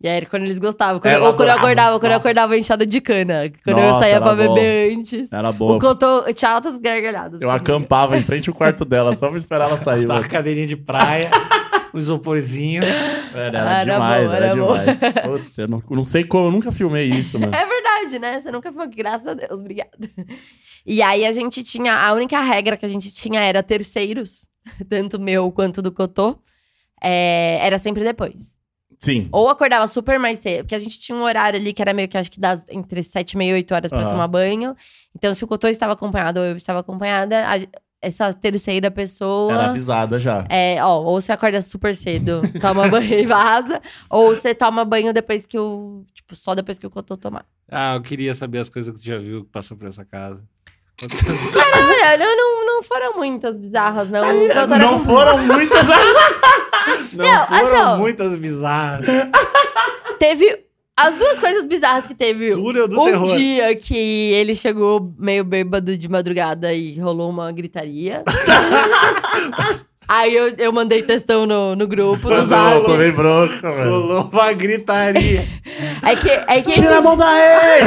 [SPEAKER 4] E aí, era quando eles gostavam. Quando,
[SPEAKER 2] Ela
[SPEAKER 4] ou quando eu
[SPEAKER 2] adorava.
[SPEAKER 4] acordava, quando
[SPEAKER 2] ah,
[SPEAKER 4] eu
[SPEAKER 2] Nossa.
[SPEAKER 4] acordava inchada de cana. Quando eu
[SPEAKER 2] Nossa,
[SPEAKER 4] saía
[SPEAKER 2] era
[SPEAKER 4] pra
[SPEAKER 2] bom.
[SPEAKER 4] beber antes.
[SPEAKER 2] Era
[SPEAKER 4] O
[SPEAKER 2] é boa.
[SPEAKER 4] contou, eu tinha altas gargalhadas.
[SPEAKER 2] Eu
[SPEAKER 4] comigo.
[SPEAKER 2] acampava em frente ao quarto dela, só pra esperar ela sair.
[SPEAKER 3] Tá,
[SPEAKER 2] mano.
[SPEAKER 3] uma cadeirinha de praia, um isoporzinho.
[SPEAKER 2] Era,
[SPEAKER 4] Ah, era
[SPEAKER 2] demais,
[SPEAKER 4] bom,
[SPEAKER 2] era,
[SPEAKER 4] era bom.
[SPEAKER 2] demais. Puta, eu não, não sei como, eu nunca filmei isso, mano.
[SPEAKER 4] É verdade, né? Você nunca falou, graças a Deus, obrigada. E aí a gente tinha, a única regra que a gente tinha era terceiros, tanto meu quanto do Cotô, é, era sempre depois.
[SPEAKER 2] Sim.
[SPEAKER 4] Ou acordava super mais cedo, porque a gente tinha um horário ali que era meio que acho que das, entre sete e meia e 8 horas pra
[SPEAKER 2] Aham.
[SPEAKER 4] tomar banho. Então se o Cotô estava acompanhado ou eu estava acompanhada, a- essa terceira pessoa...
[SPEAKER 2] Era avisada já.
[SPEAKER 4] É, ó, ou você acorda super cedo, toma banho e vaza, ou você toma banho depois que o. Tipo, só depois que o Cotô tomar.
[SPEAKER 3] Ah, eu queria saber as coisas que você já viu que passou por essa casa.
[SPEAKER 4] Olha, não, não, não foram muitas bizarras, não. O Cotô era
[SPEAKER 2] Não
[SPEAKER 4] com-
[SPEAKER 2] foram muitas.
[SPEAKER 3] Não,
[SPEAKER 4] Não,
[SPEAKER 3] foram
[SPEAKER 4] assim, ó.
[SPEAKER 3] muitas bizarras.
[SPEAKER 4] Teve. As duas coisas bizarras que teve.
[SPEAKER 3] Túnel do
[SPEAKER 4] um
[SPEAKER 3] terror.
[SPEAKER 4] dia que ele chegou meio bêbado de madrugada e rolou uma gritaria. Aí eu, eu mandei textão no, no grupo do
[SPEAKER 2] Eu
[SPEAKER 4] Zap.
[SPEAKER 2] tomei bronca, mano.
[SPEAKER 3] Rolou uma gritaria.
[SPEAKER 4] É que, é que
[SPEAKER 2] Tira a mão daí!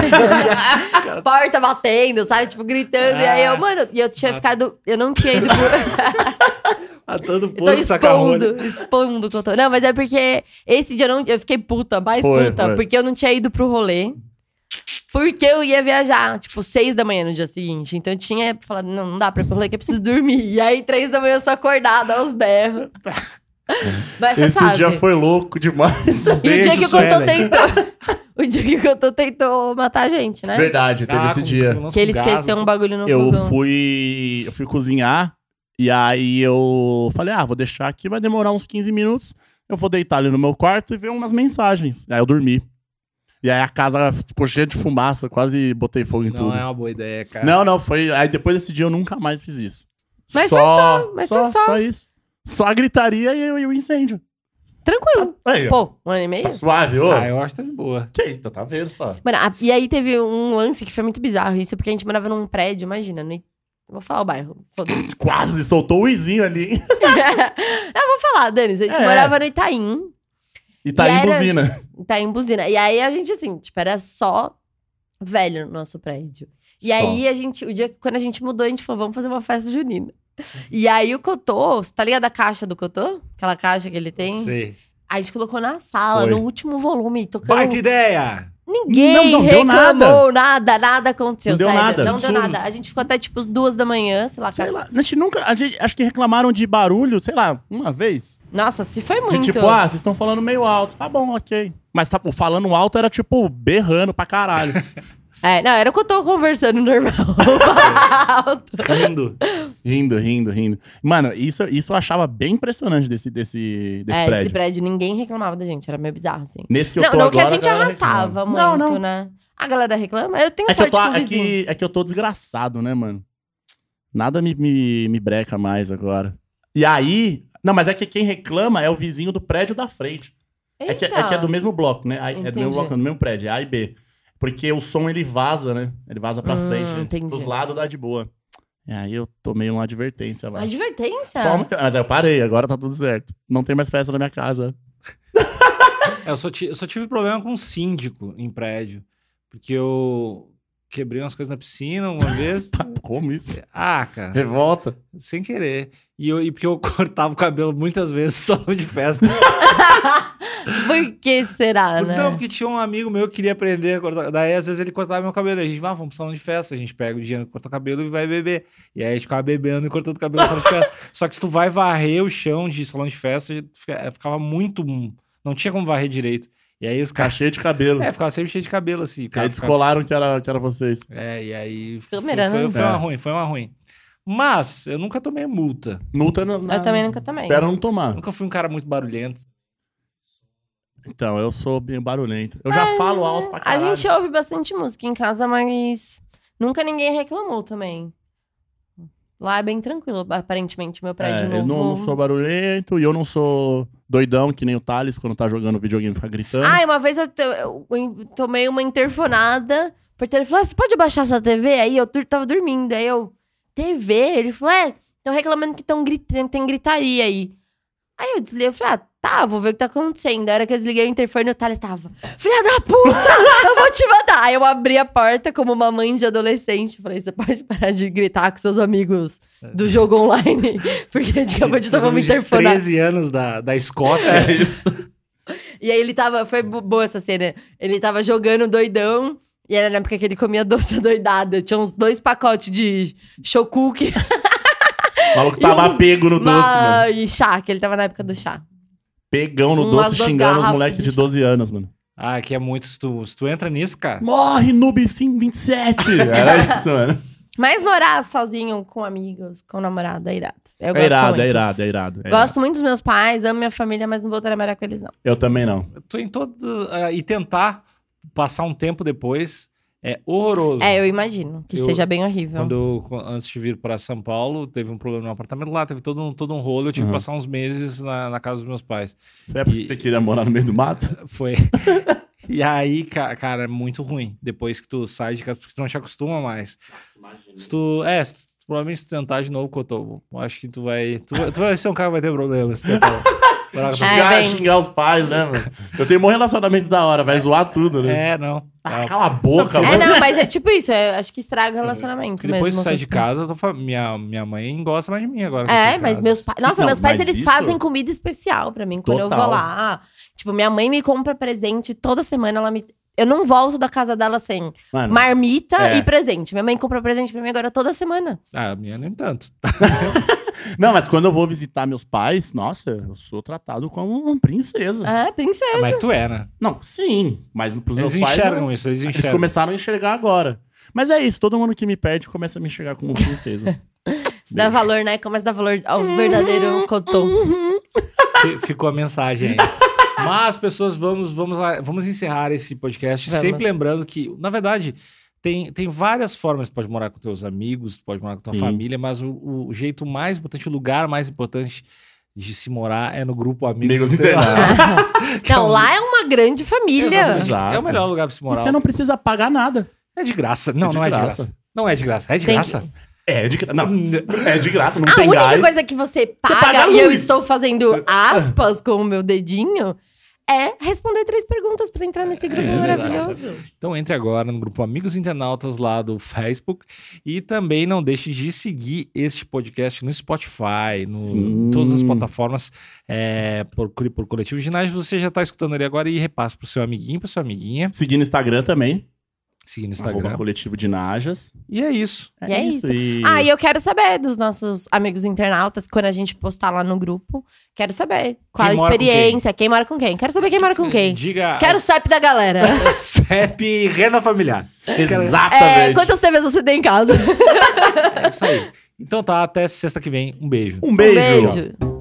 [SPEAKER 4] porta batendo, sabe? Tipo, gritando. E
[SPEAKER 2] Ah.
[SPEAKER 4] aí eu, mano, e eu tinha ficado. Eu não tinha ido pro.
[SPEAKER 3] A todo
[SPEAKER 4] Eu tô
[SPEAKER 3] pouco sacarrolho.
[SPEAKER 4] expondo, expondo o que eu tô. Não, mas é porque esse dia eu, não, eu fiquei puta, mais
[SPEAKER 2] Foi,
[SPEAKER 4] puta,
[SPEAKER 2] foi.
[SPEAKER 4] porque eu não tinha ido pro rolê. Porque eu ia viajar, tipo, seis da manhã no dia seguinte. Então eu tinha falado, não, não dá pra ir pro rolê que eu preciso dormir. E aí, três da manhã, eu sou acordada aos berros. Mas você
[SPEAKER 2] Esse
[SPEAKER 4] sabe.
[SPEAKER 2] dia foi né? louco demais.
[SPEAKER 4] E o dia
[SPEAKER 3] Beijo,
[SPEAKER 4] que o Cotô
[SPEAKER 3] Suelen.
[SPEAKER 4] tentou. o dia que o Cotô tentou matar a gente, né?
[SPEAKER 2] Verdade, teve
[SPEAKER 3] Ah,
[SPEAKER 2] esse
[SPEAKER 3] com-
[SPEAKER 2] dia.
[SPEAKER 3] com lança
[SPEAKER 4] Que ele
[SPEAKER 3] com gás,
[SPEAKER 4] esqueceu um bagulho no
[SPEAKER 2] Eu
[SPEAKER 4] fogão.
[SPEAKER 2] fui. Eu fui cozinhar. E aí eu falei, ah, vou deixar aqui, vai demorar uns 15 minutos. Eu vou deitar ali no meu quarto e ver umas mensagens. Aí eu dormi. E aí a casa ficou cheia de fumaça, quase botei fogo em
[SPEAKER 3] Não
[SPEAKER 2] tudo.
[SPEAKER 3] é uma boa ideia, cara.
[SPEAKER 2] Não, não, foi. Aí depois desse dia eu nunca mais fiz isso.
[SPEAKER 4] Mas foi
[SPEAKER 2] só,
[SPEAKER 4] mas
[SPEAKER 2] só,
[SPEAKER 4] foi só.
[SPEAKER 2] isso. Só a gritaria e, o- e o incêndio.
[SPEAKER 4] Tranquilo.
[SPEAKER 2] Aí, ó,
[SPEAKER 4] Pô, um ano e meio?
[SPEAKER 2] tá suave, ô.
[SPEAKER 3] Ah, eu acho que tá de boa.
[SPEAKER 2] Que isso, tá vendo só.
[SPEAKER 4] Mano, a- e aí teve um lance que foi muito bizarro. Isso porque a gente morava num prédio, imagina. No, I- vou falar o bairro. foda-se.
[SPEAKER 2] Quase soltou o Izinho ali.
[SPEAKER 4] Não, vou falar, Dani. A gente
[SPEAKER 2] É.
[SPEAKER 4] morava no Itaim.
[SPEAKER 2] E tá
[SPEAKER 4] E
[SPEAKER 2] em
[SPEAKER 4] era-
[SPEAKER 2] buzina.
[SPEAKER 4] Itaim Buzina. E aí a gente, assim, tipo, era só velho no nosso prédio. E
[SPEAKER 2] Só.
[SPEAKER 4] aí a gente, o dia que quando a gente mudou, a gente falou, vamos fazer uma festa junina. E aí o Cotô, você tá ligado a caixa do Cotô? Aquela caixa que ele tem?
[SPEAKER 3] Sei.
[SPEAKER 4] A gente colocou na sala,
[SPEAKER 2] Foi.
[SPEAKER 4] no último volume, tocando.
[SPEAKER 3] Baita ideia!
[SPEAKER 4] Ninguém
[SPEAKER 2] Não, não deu
[SPEAKER 4] reclamou nada, nada aconteceu,
[SPEAKER 2] Não deu
[SPEAKER 4] sério.
[SPEAKER 2] nada,
[SPEAKER 4] não deu
[SPEAKER 2] absurdo.
[SPEAKER 4] nada. A gente ficou até tipo as duas da manhã, sei lá.
[SPEAKER 2] Sei
[SPEAKER 4] cara.
[SPEAKER 2] lá, a gente nunca. A gente, acho que reclamaram de barulho, sei lá, uma vez.
[SPEAKER 4] Nossa, se foi
[SPEAKER 2] De
[SPEAKER 4] muito.
[SPEAKER 2] tipo, ah, vocês estão falando meio alto. Tá bom, ok. Mas tá, pô, falando alto era tipo berrando pra caralho.
[SPEAKER 4] É, não, era o que eu tô conversando normal.
[SPEAKER 2] É.
[SPEAKER 4] Alto.
[SPEAKER 3] Lindo.
[SPEAKER 2] rindo, rindo, rindo. Mano, isso, isso eu achava bem impressionante desse, desse, desse
[SPEAKER 4] é,
[SPEAKER 2] prédio.
[SPEAKER 4] esse prédio ninguém reclamava da gente, era meio bizarro assim.
[SPEAKER 2] Nesse que eu
[SPEAKER 4] não,
[SPEAKER 2] tô
[SPEAKER 4] não
[SPEAKER 2] agora.
[SPEAKER 4] que a gente
[SPEAKER 2] galera
[SPEAKER 4] arrastava
[SPEAKER 2] reclama.
[SPEAKER 4] muito,
[SPEAKER 2] Não, não.
[SPEAKER 4] né? A galera reclama, eu tenho
[SPEAKER 2] É que, eu
[SPEAKER 4] sorte
[SPEAKER 2] tô,
[SPEAKER 4] com o
[SPEAKER 2] é,
[SPEAKER 4] vizinho.
[SPEAKER 2] que, é que eu tô desgraçado, né, mano? Nada me, me, me breca mais agora. E aí. Não, mas é que quem reclama é o vizinho do prédio da frente. É que, é
[SPEAKER 4] Então,
[SPEAKER 2] que é do mesmo bloco, né? Aí- É do
[SPEAKER 4] Entendi.
[SPEAKER 2] mesmo bloco, não, do mesmo prédio, é A e B. Porque o som ele vaza, né? Ele vaza pra
[SPEAKER 4] Hum,
[SPEAKER 2] frente. Né?
[SPEAKER 4] entendi.
[SPEAKER 2] Dos lados dá de boa. E aí eu tomei uma advertência lá.
[SPEAKER 4] Advertência.
[SPEAKER 2] Só uma- mas aí eu parei, agora tá tudo certo. Não tem mais festa na minha casa.
[SPEAKER 3] É, eu, só ti- eu só tive problema com um síndico em prédio. Porque eu quebrei umas coisas na piscina uma vez.
[SPEAKER 2] Como isso?
[SPEAKER 3] Ah, cara,
[SPEAKER 2] Revolta.
[SPEAKER 3] sem querer. E, eu, e porque eu cortava o cabelo muitas vezes só de festa.
[SPEAKER 4] Por que será,
[SPEAKER 2] Então,
[SPEAKER 4] né?
[SPEAKER 3] Não, porque tinha um amigo meu que queria aprender a cortar. Daí, às vezes, ele cortava meu cabelo. A gente, vai, vamos pro salão de festa. A gente pega o dinheiro, corta o cabelo e vai beber. E aí a gente ficava bebendo e cortando o cabelo no salão de festa. Só que se tu vai varrer o chão de salão de festa, fica- eh, ficava muito. Não tinha como varrer direito. E aí os
[SPEAKER 2] Tá
[SPEAKER 3] caras.
[SPEAKER 2] cheio de cabelo.
[SPEAKER 3] É, ficava sempre cheio de cabelo, assim. o cara
[SPEAKER 2] Aí
[SPEAKER 3] ficava-
[SPEAKER 2] descolaram que era, que era vocês.
[SPEAKER 3] É, e aí. f-
[SPEAKER 4] Câmera,
[SPEAKER 3] foi,
[SPEAKER 4] né?
[SPEAKER 3] foi uma
[SPEAKER 2] É.
[SPEAKER 3] ruim, foi uma ruim. Mas eu nunca tomei multa.
[SPEAKER 2] Multa na, na...
[SPEAKER 4] Eu também nunca tomei.
[SPEAKER 2] Espero não tomar.
[SPEAKER 3] Nunca fui um cara muito barulhento.
[SPEAKER 2] Então, eu sou bem barulhento. Eu já falo alto pra
[SPEAKER 4] Ah, A
[SPEAKER 2] caralho.
[SPEAKER 4] gente ouve bastante música em casa, mas nunca ninguém reclamou também. Lá é bem tranquilo, aparentemente, meu prédio
[SPEAKER 2] É, eu
[SPEAKER 4] novo.
[SPEAKER 2] não, não sou barulhento e eu não sou doidão que nem o Thales quando tá jogando videogame fica gritando.
[SPEAKER 4] Ah, uma vez eu, to- eu en- tomei uma interfonada por telefone. Falou, "Ah, você pode abaixar essa TV? Aí eu dur- tava dormindo. Aí eu, TV? Ele falou, é, estão reclamando que tão grit tem gritaria aí. Aí eu desliguei, eu falei, ah, tá, vou ver o que tá acontecendo. A hora que eu desliguei o interfone, o Thales tava, filha da puta, eu vou te matar. Aí eu abri a porta como uma mãe de adolescente. Falei, você pode parar de gritar com seus amigos do jogo online? Porque a gente acabou de
[SPEAKER 3] É. Os
[SPEAKER 4] tomar uma
[SPEAKER 3] homens de
[SPEAKER 4] interfonada.
[SPEAKER 3] 13 anos da, da Escócia.
[SPEAKER 2] É isso.
[SPEAKER 4] E aí ele tava. Foi bo- boa essa cena. Ele tava jogando doidão. E era na época que ele comia doce doidada. Tinha uns dois pacotes de show cookie
[SPEAKER 2] O maluco tava
[SPEAKER 4] um-
[SPEAKER 2] pego no doce, né? mano.
[SPEAKER 4] ma- e chá, que ele tava na época do chá.
[SPEAKER 2] Pegão no
[SPEAKER 4] umas
[SPEAKER 2] doce
[SPEAKER 4] duas
[SPEAKER 2] xingando os
[SPEAKER 4] garrafas
[SPEAKER 2] moleques
[SPEAKER 4] de
[SPEAKER 2] de 12 anos, mano.
[SPEAKER 3] Ah, que é muito. Se tu, se tu entra nisso, cara.
[SPEAKER 2] Morre, noob sim, 27! Era isso, mano.
[SPEAKER 4] Mas morar sozinho com amigos, com namorado, é irado. Eu gosto
[SPEAKER 2] É irado,
[SPEAKER 4] muito.
[SPEAKER 2] é irado, é irado. é irado.
[SPEAKER 4] Gosto muito dos meus pais, amo minha família, mas não voltaria a morar com eles, não.
[SPEAKER 2] Eu também não.
[SPEAKER 3] Tu em todo. ah, e tentar passar um tempo depois é horroroso.
[SPEAKER 4] É, eu imagino que
[SPEAKER 3] Eu-
[SPEAKER 4] seja bem horrível.
[SPEAKER 3] Quando eu- antes de vir para São Paulo, teve um problema no apartamento lá, teve todo um, todo um rolo. Eu tive
[SPEAKER 2] Uhum.
[SPEAKER 3] que passar uns meses na, na casa dos meus pais.
[SPEAKER 2] É porque
[SPEAKER 3] E-
[SPEAKER 2] você queria morar no meio do mato?
[SPEAKER 3] Foi. e aí, ca- cara, é muito ruim. Depois que tu sai de casa, porque tu não te acostuma mais. Se tu. É, se tu- provavelmente se tu tentar de novo, Cotobo, eu acho que tu vai. Tu, vai- tu vai ser um cara que vai ter problemas. Se tentar. Vai lá, Cotobo.
[SPEAKER 4] É,
[SPEAKER 2] Xingar,
[SPEAKER 4] bem-
[SPEAKER 2] xingar os pais, né, mano? Eu tenho um bom relacionamento da hora, vai zoar tudo, né?
[SPEAKER 3] é, não.
[SPEAKER 2] Ah,
[SPEAKER 3] Tá.
[SPEAKER 2] cala a boca,
[SPEAKER 4] É,
[SPEAKER 2] mano.
[SPEAKER 4] não, mas é tipo isso. eu acho que
[SPEAKER 2] Uhum.
[SPEAKER 4] estraga o relacionamento
[SPEAKER 3] Porque
[SPEAKER 4] mesmo.
[SPEAKER 3] depois que sai de
[SPEAKER 4] porque-
[SPEAKER 3] casa, tu fa- minha, minha mãe gosta mais de mim agora. que eu saio
[SPEAKER 4] É,
[SPEAKER 3] de
[SPEAKER 4] mas
[SPEAKER 3] casa.
[SPEAKER 4] meus pais. Nossa,
[SPEAKER 2] Não,
[SPEAKER 4] meus pais,
[SPEAKER 2] Então, mas
[SPEAKER 4] eles
[SPEAKER 2] isso-
[SPEAKER 4] fazem comida especial pra mim quando eu
[SPEAKER 2] Total.
[SPEAKER 4] vou lá. Tipo, minha mãe me compra presente toda semana, ela me. Eu não volto da casa dela sem
[SPEAKER 2] Mano,
[SPEAKER 4] marmita
[SPEAKER 2] É.
[SPEAKER 4] e presente. Minha mãe compra presente pra mim agora toda semana.
[SPEAKER 3] Ah, a minha nem tanto.
[SPEAKER 2] Não, mas quando eu vou visitar meus pais, nossa, eu sou tratado como uma princesa.
[SPEAKER 4] É, princesa.
[SPEAKER 3] Mas tu é, né?
[SPEAKER 2] Não, sim, mas pros
[SPEAKER 3] Eles
[SPEAKER 2] meus pais.
[SPEAKER 3] enxergam isso, eles
[SPEAKER 2] Eles
[SPEAKER 3] enxergam.
[SPEAKER 2] começaram a enxergar agora. Mas é isso, todo mundo que me perde começa a me enxergar como princesa.
[SPEAKER 4] Dá valor, né? Começa a dar valor ao verdadeiro cotô.
[SPEAKER 3] Fi- Ficou a mensagem aí. Mas, pessoas, vamos, vamos, lá- vamos encerrar esse podcast.
[SPEAKER 4] Vamos.
[SPEAKER 3] Sempre lembrando que, na verdade, tem, tem várias formas. Tu pode morar com teus amigos, tu pode morar com tua
[SPEAKER 2] Sim.
[SPEAKER 3] família, mas o, o jeito mais importante, o lugar mais importante de se morar é no grupo Amigos,
[SPEAKER 2] Amigos Internados.
[SPEAKER 4] Não, lá é uma grande família.
[SPEAKER 3] Exatamente. É o melhor lugar pra se
[SPEAKER 2] E
[SPEAKER 3] morar.
[SPEAKER 2] você não precisa pagar nada.
[SPEAKER 3] É de graça. Não,
[SPEAKER 2] É de
[SPEAKER 3] não é de
[SPEAKER 2] graça.
[SPEAKER 3] graça. Não é de graça. É de
[SPEAKER 4] Tem
[SPEAKER 3] graça.
[SPEAKER 2] É de graça. Não, é de graça, não
[SPEAKER 4] A
[SPEAKER 2] tem
[SPEAKER 4] única
[SPEAKER 2] gás.
[SPEAKER 4] coisa que você paga,
[SPEAKER 2] paga a
[SPEAKER 4] e eu
[SPEAKER 2] luz. Ah.
[SPEAKER 4] estou fazendo aspas com o meu dedinho é responder três perguntas pra entrar nesse grupo
[SPEAKER 3] é verdade.
[SPEAKER 4] maravilhoso.
[SPEAKER 3] Então entre agora no grupo Amigos Internautas lá do Facebook e também não deixe de seguir este podcast no Spotify, no,
[SPEAKER 2] Sim.
[SPEAKER 3] em todas as plataformas é, por, por coletivo ginásio. Você já está escutando ele agora e repasse pro seu amiguinho, para sua amiguinha,
[SPEAKER 2] Seguir no Instagram também.
[SPEAKER 3] seguir no
[SPEAKER 2] Arroba
[SPEAKER 3] Instagram.
[SPEAKER 2] coletivo de Najas.
[SPEAKER 3] E é isso.
[SPEAKER 4] E é isso.
[SPEAKER 2] E...
[SPEAKER 4] Ah, e eu quero saber dos nossos amigos internautas, quando a gente postar lá no grupo. Quero saber qual
[SPEAKER 3] Quem mora
[SPEAKER 4] a
[SPEAKER 3] com
[SPEAKER 4] experiência, quem? mora com quem. Quero saber quem mora com quem.
[SPEAKER 3] Diga
[SPEAKER 4] Quero o CEP da galera.
[SPEAKER 3] CEP e renda familiar.
[SPEAKER 4] É,
[SPEAKER 2] Exatamente.
[SPEAKER 4] quantas TVs você tem em casa?
[SPEAKER 3] É isso aí. Então tá, até sexta que vem. Um beijo.
[SPEAKER 2] Um beijo.
[SPEAKER 4] Um beijo.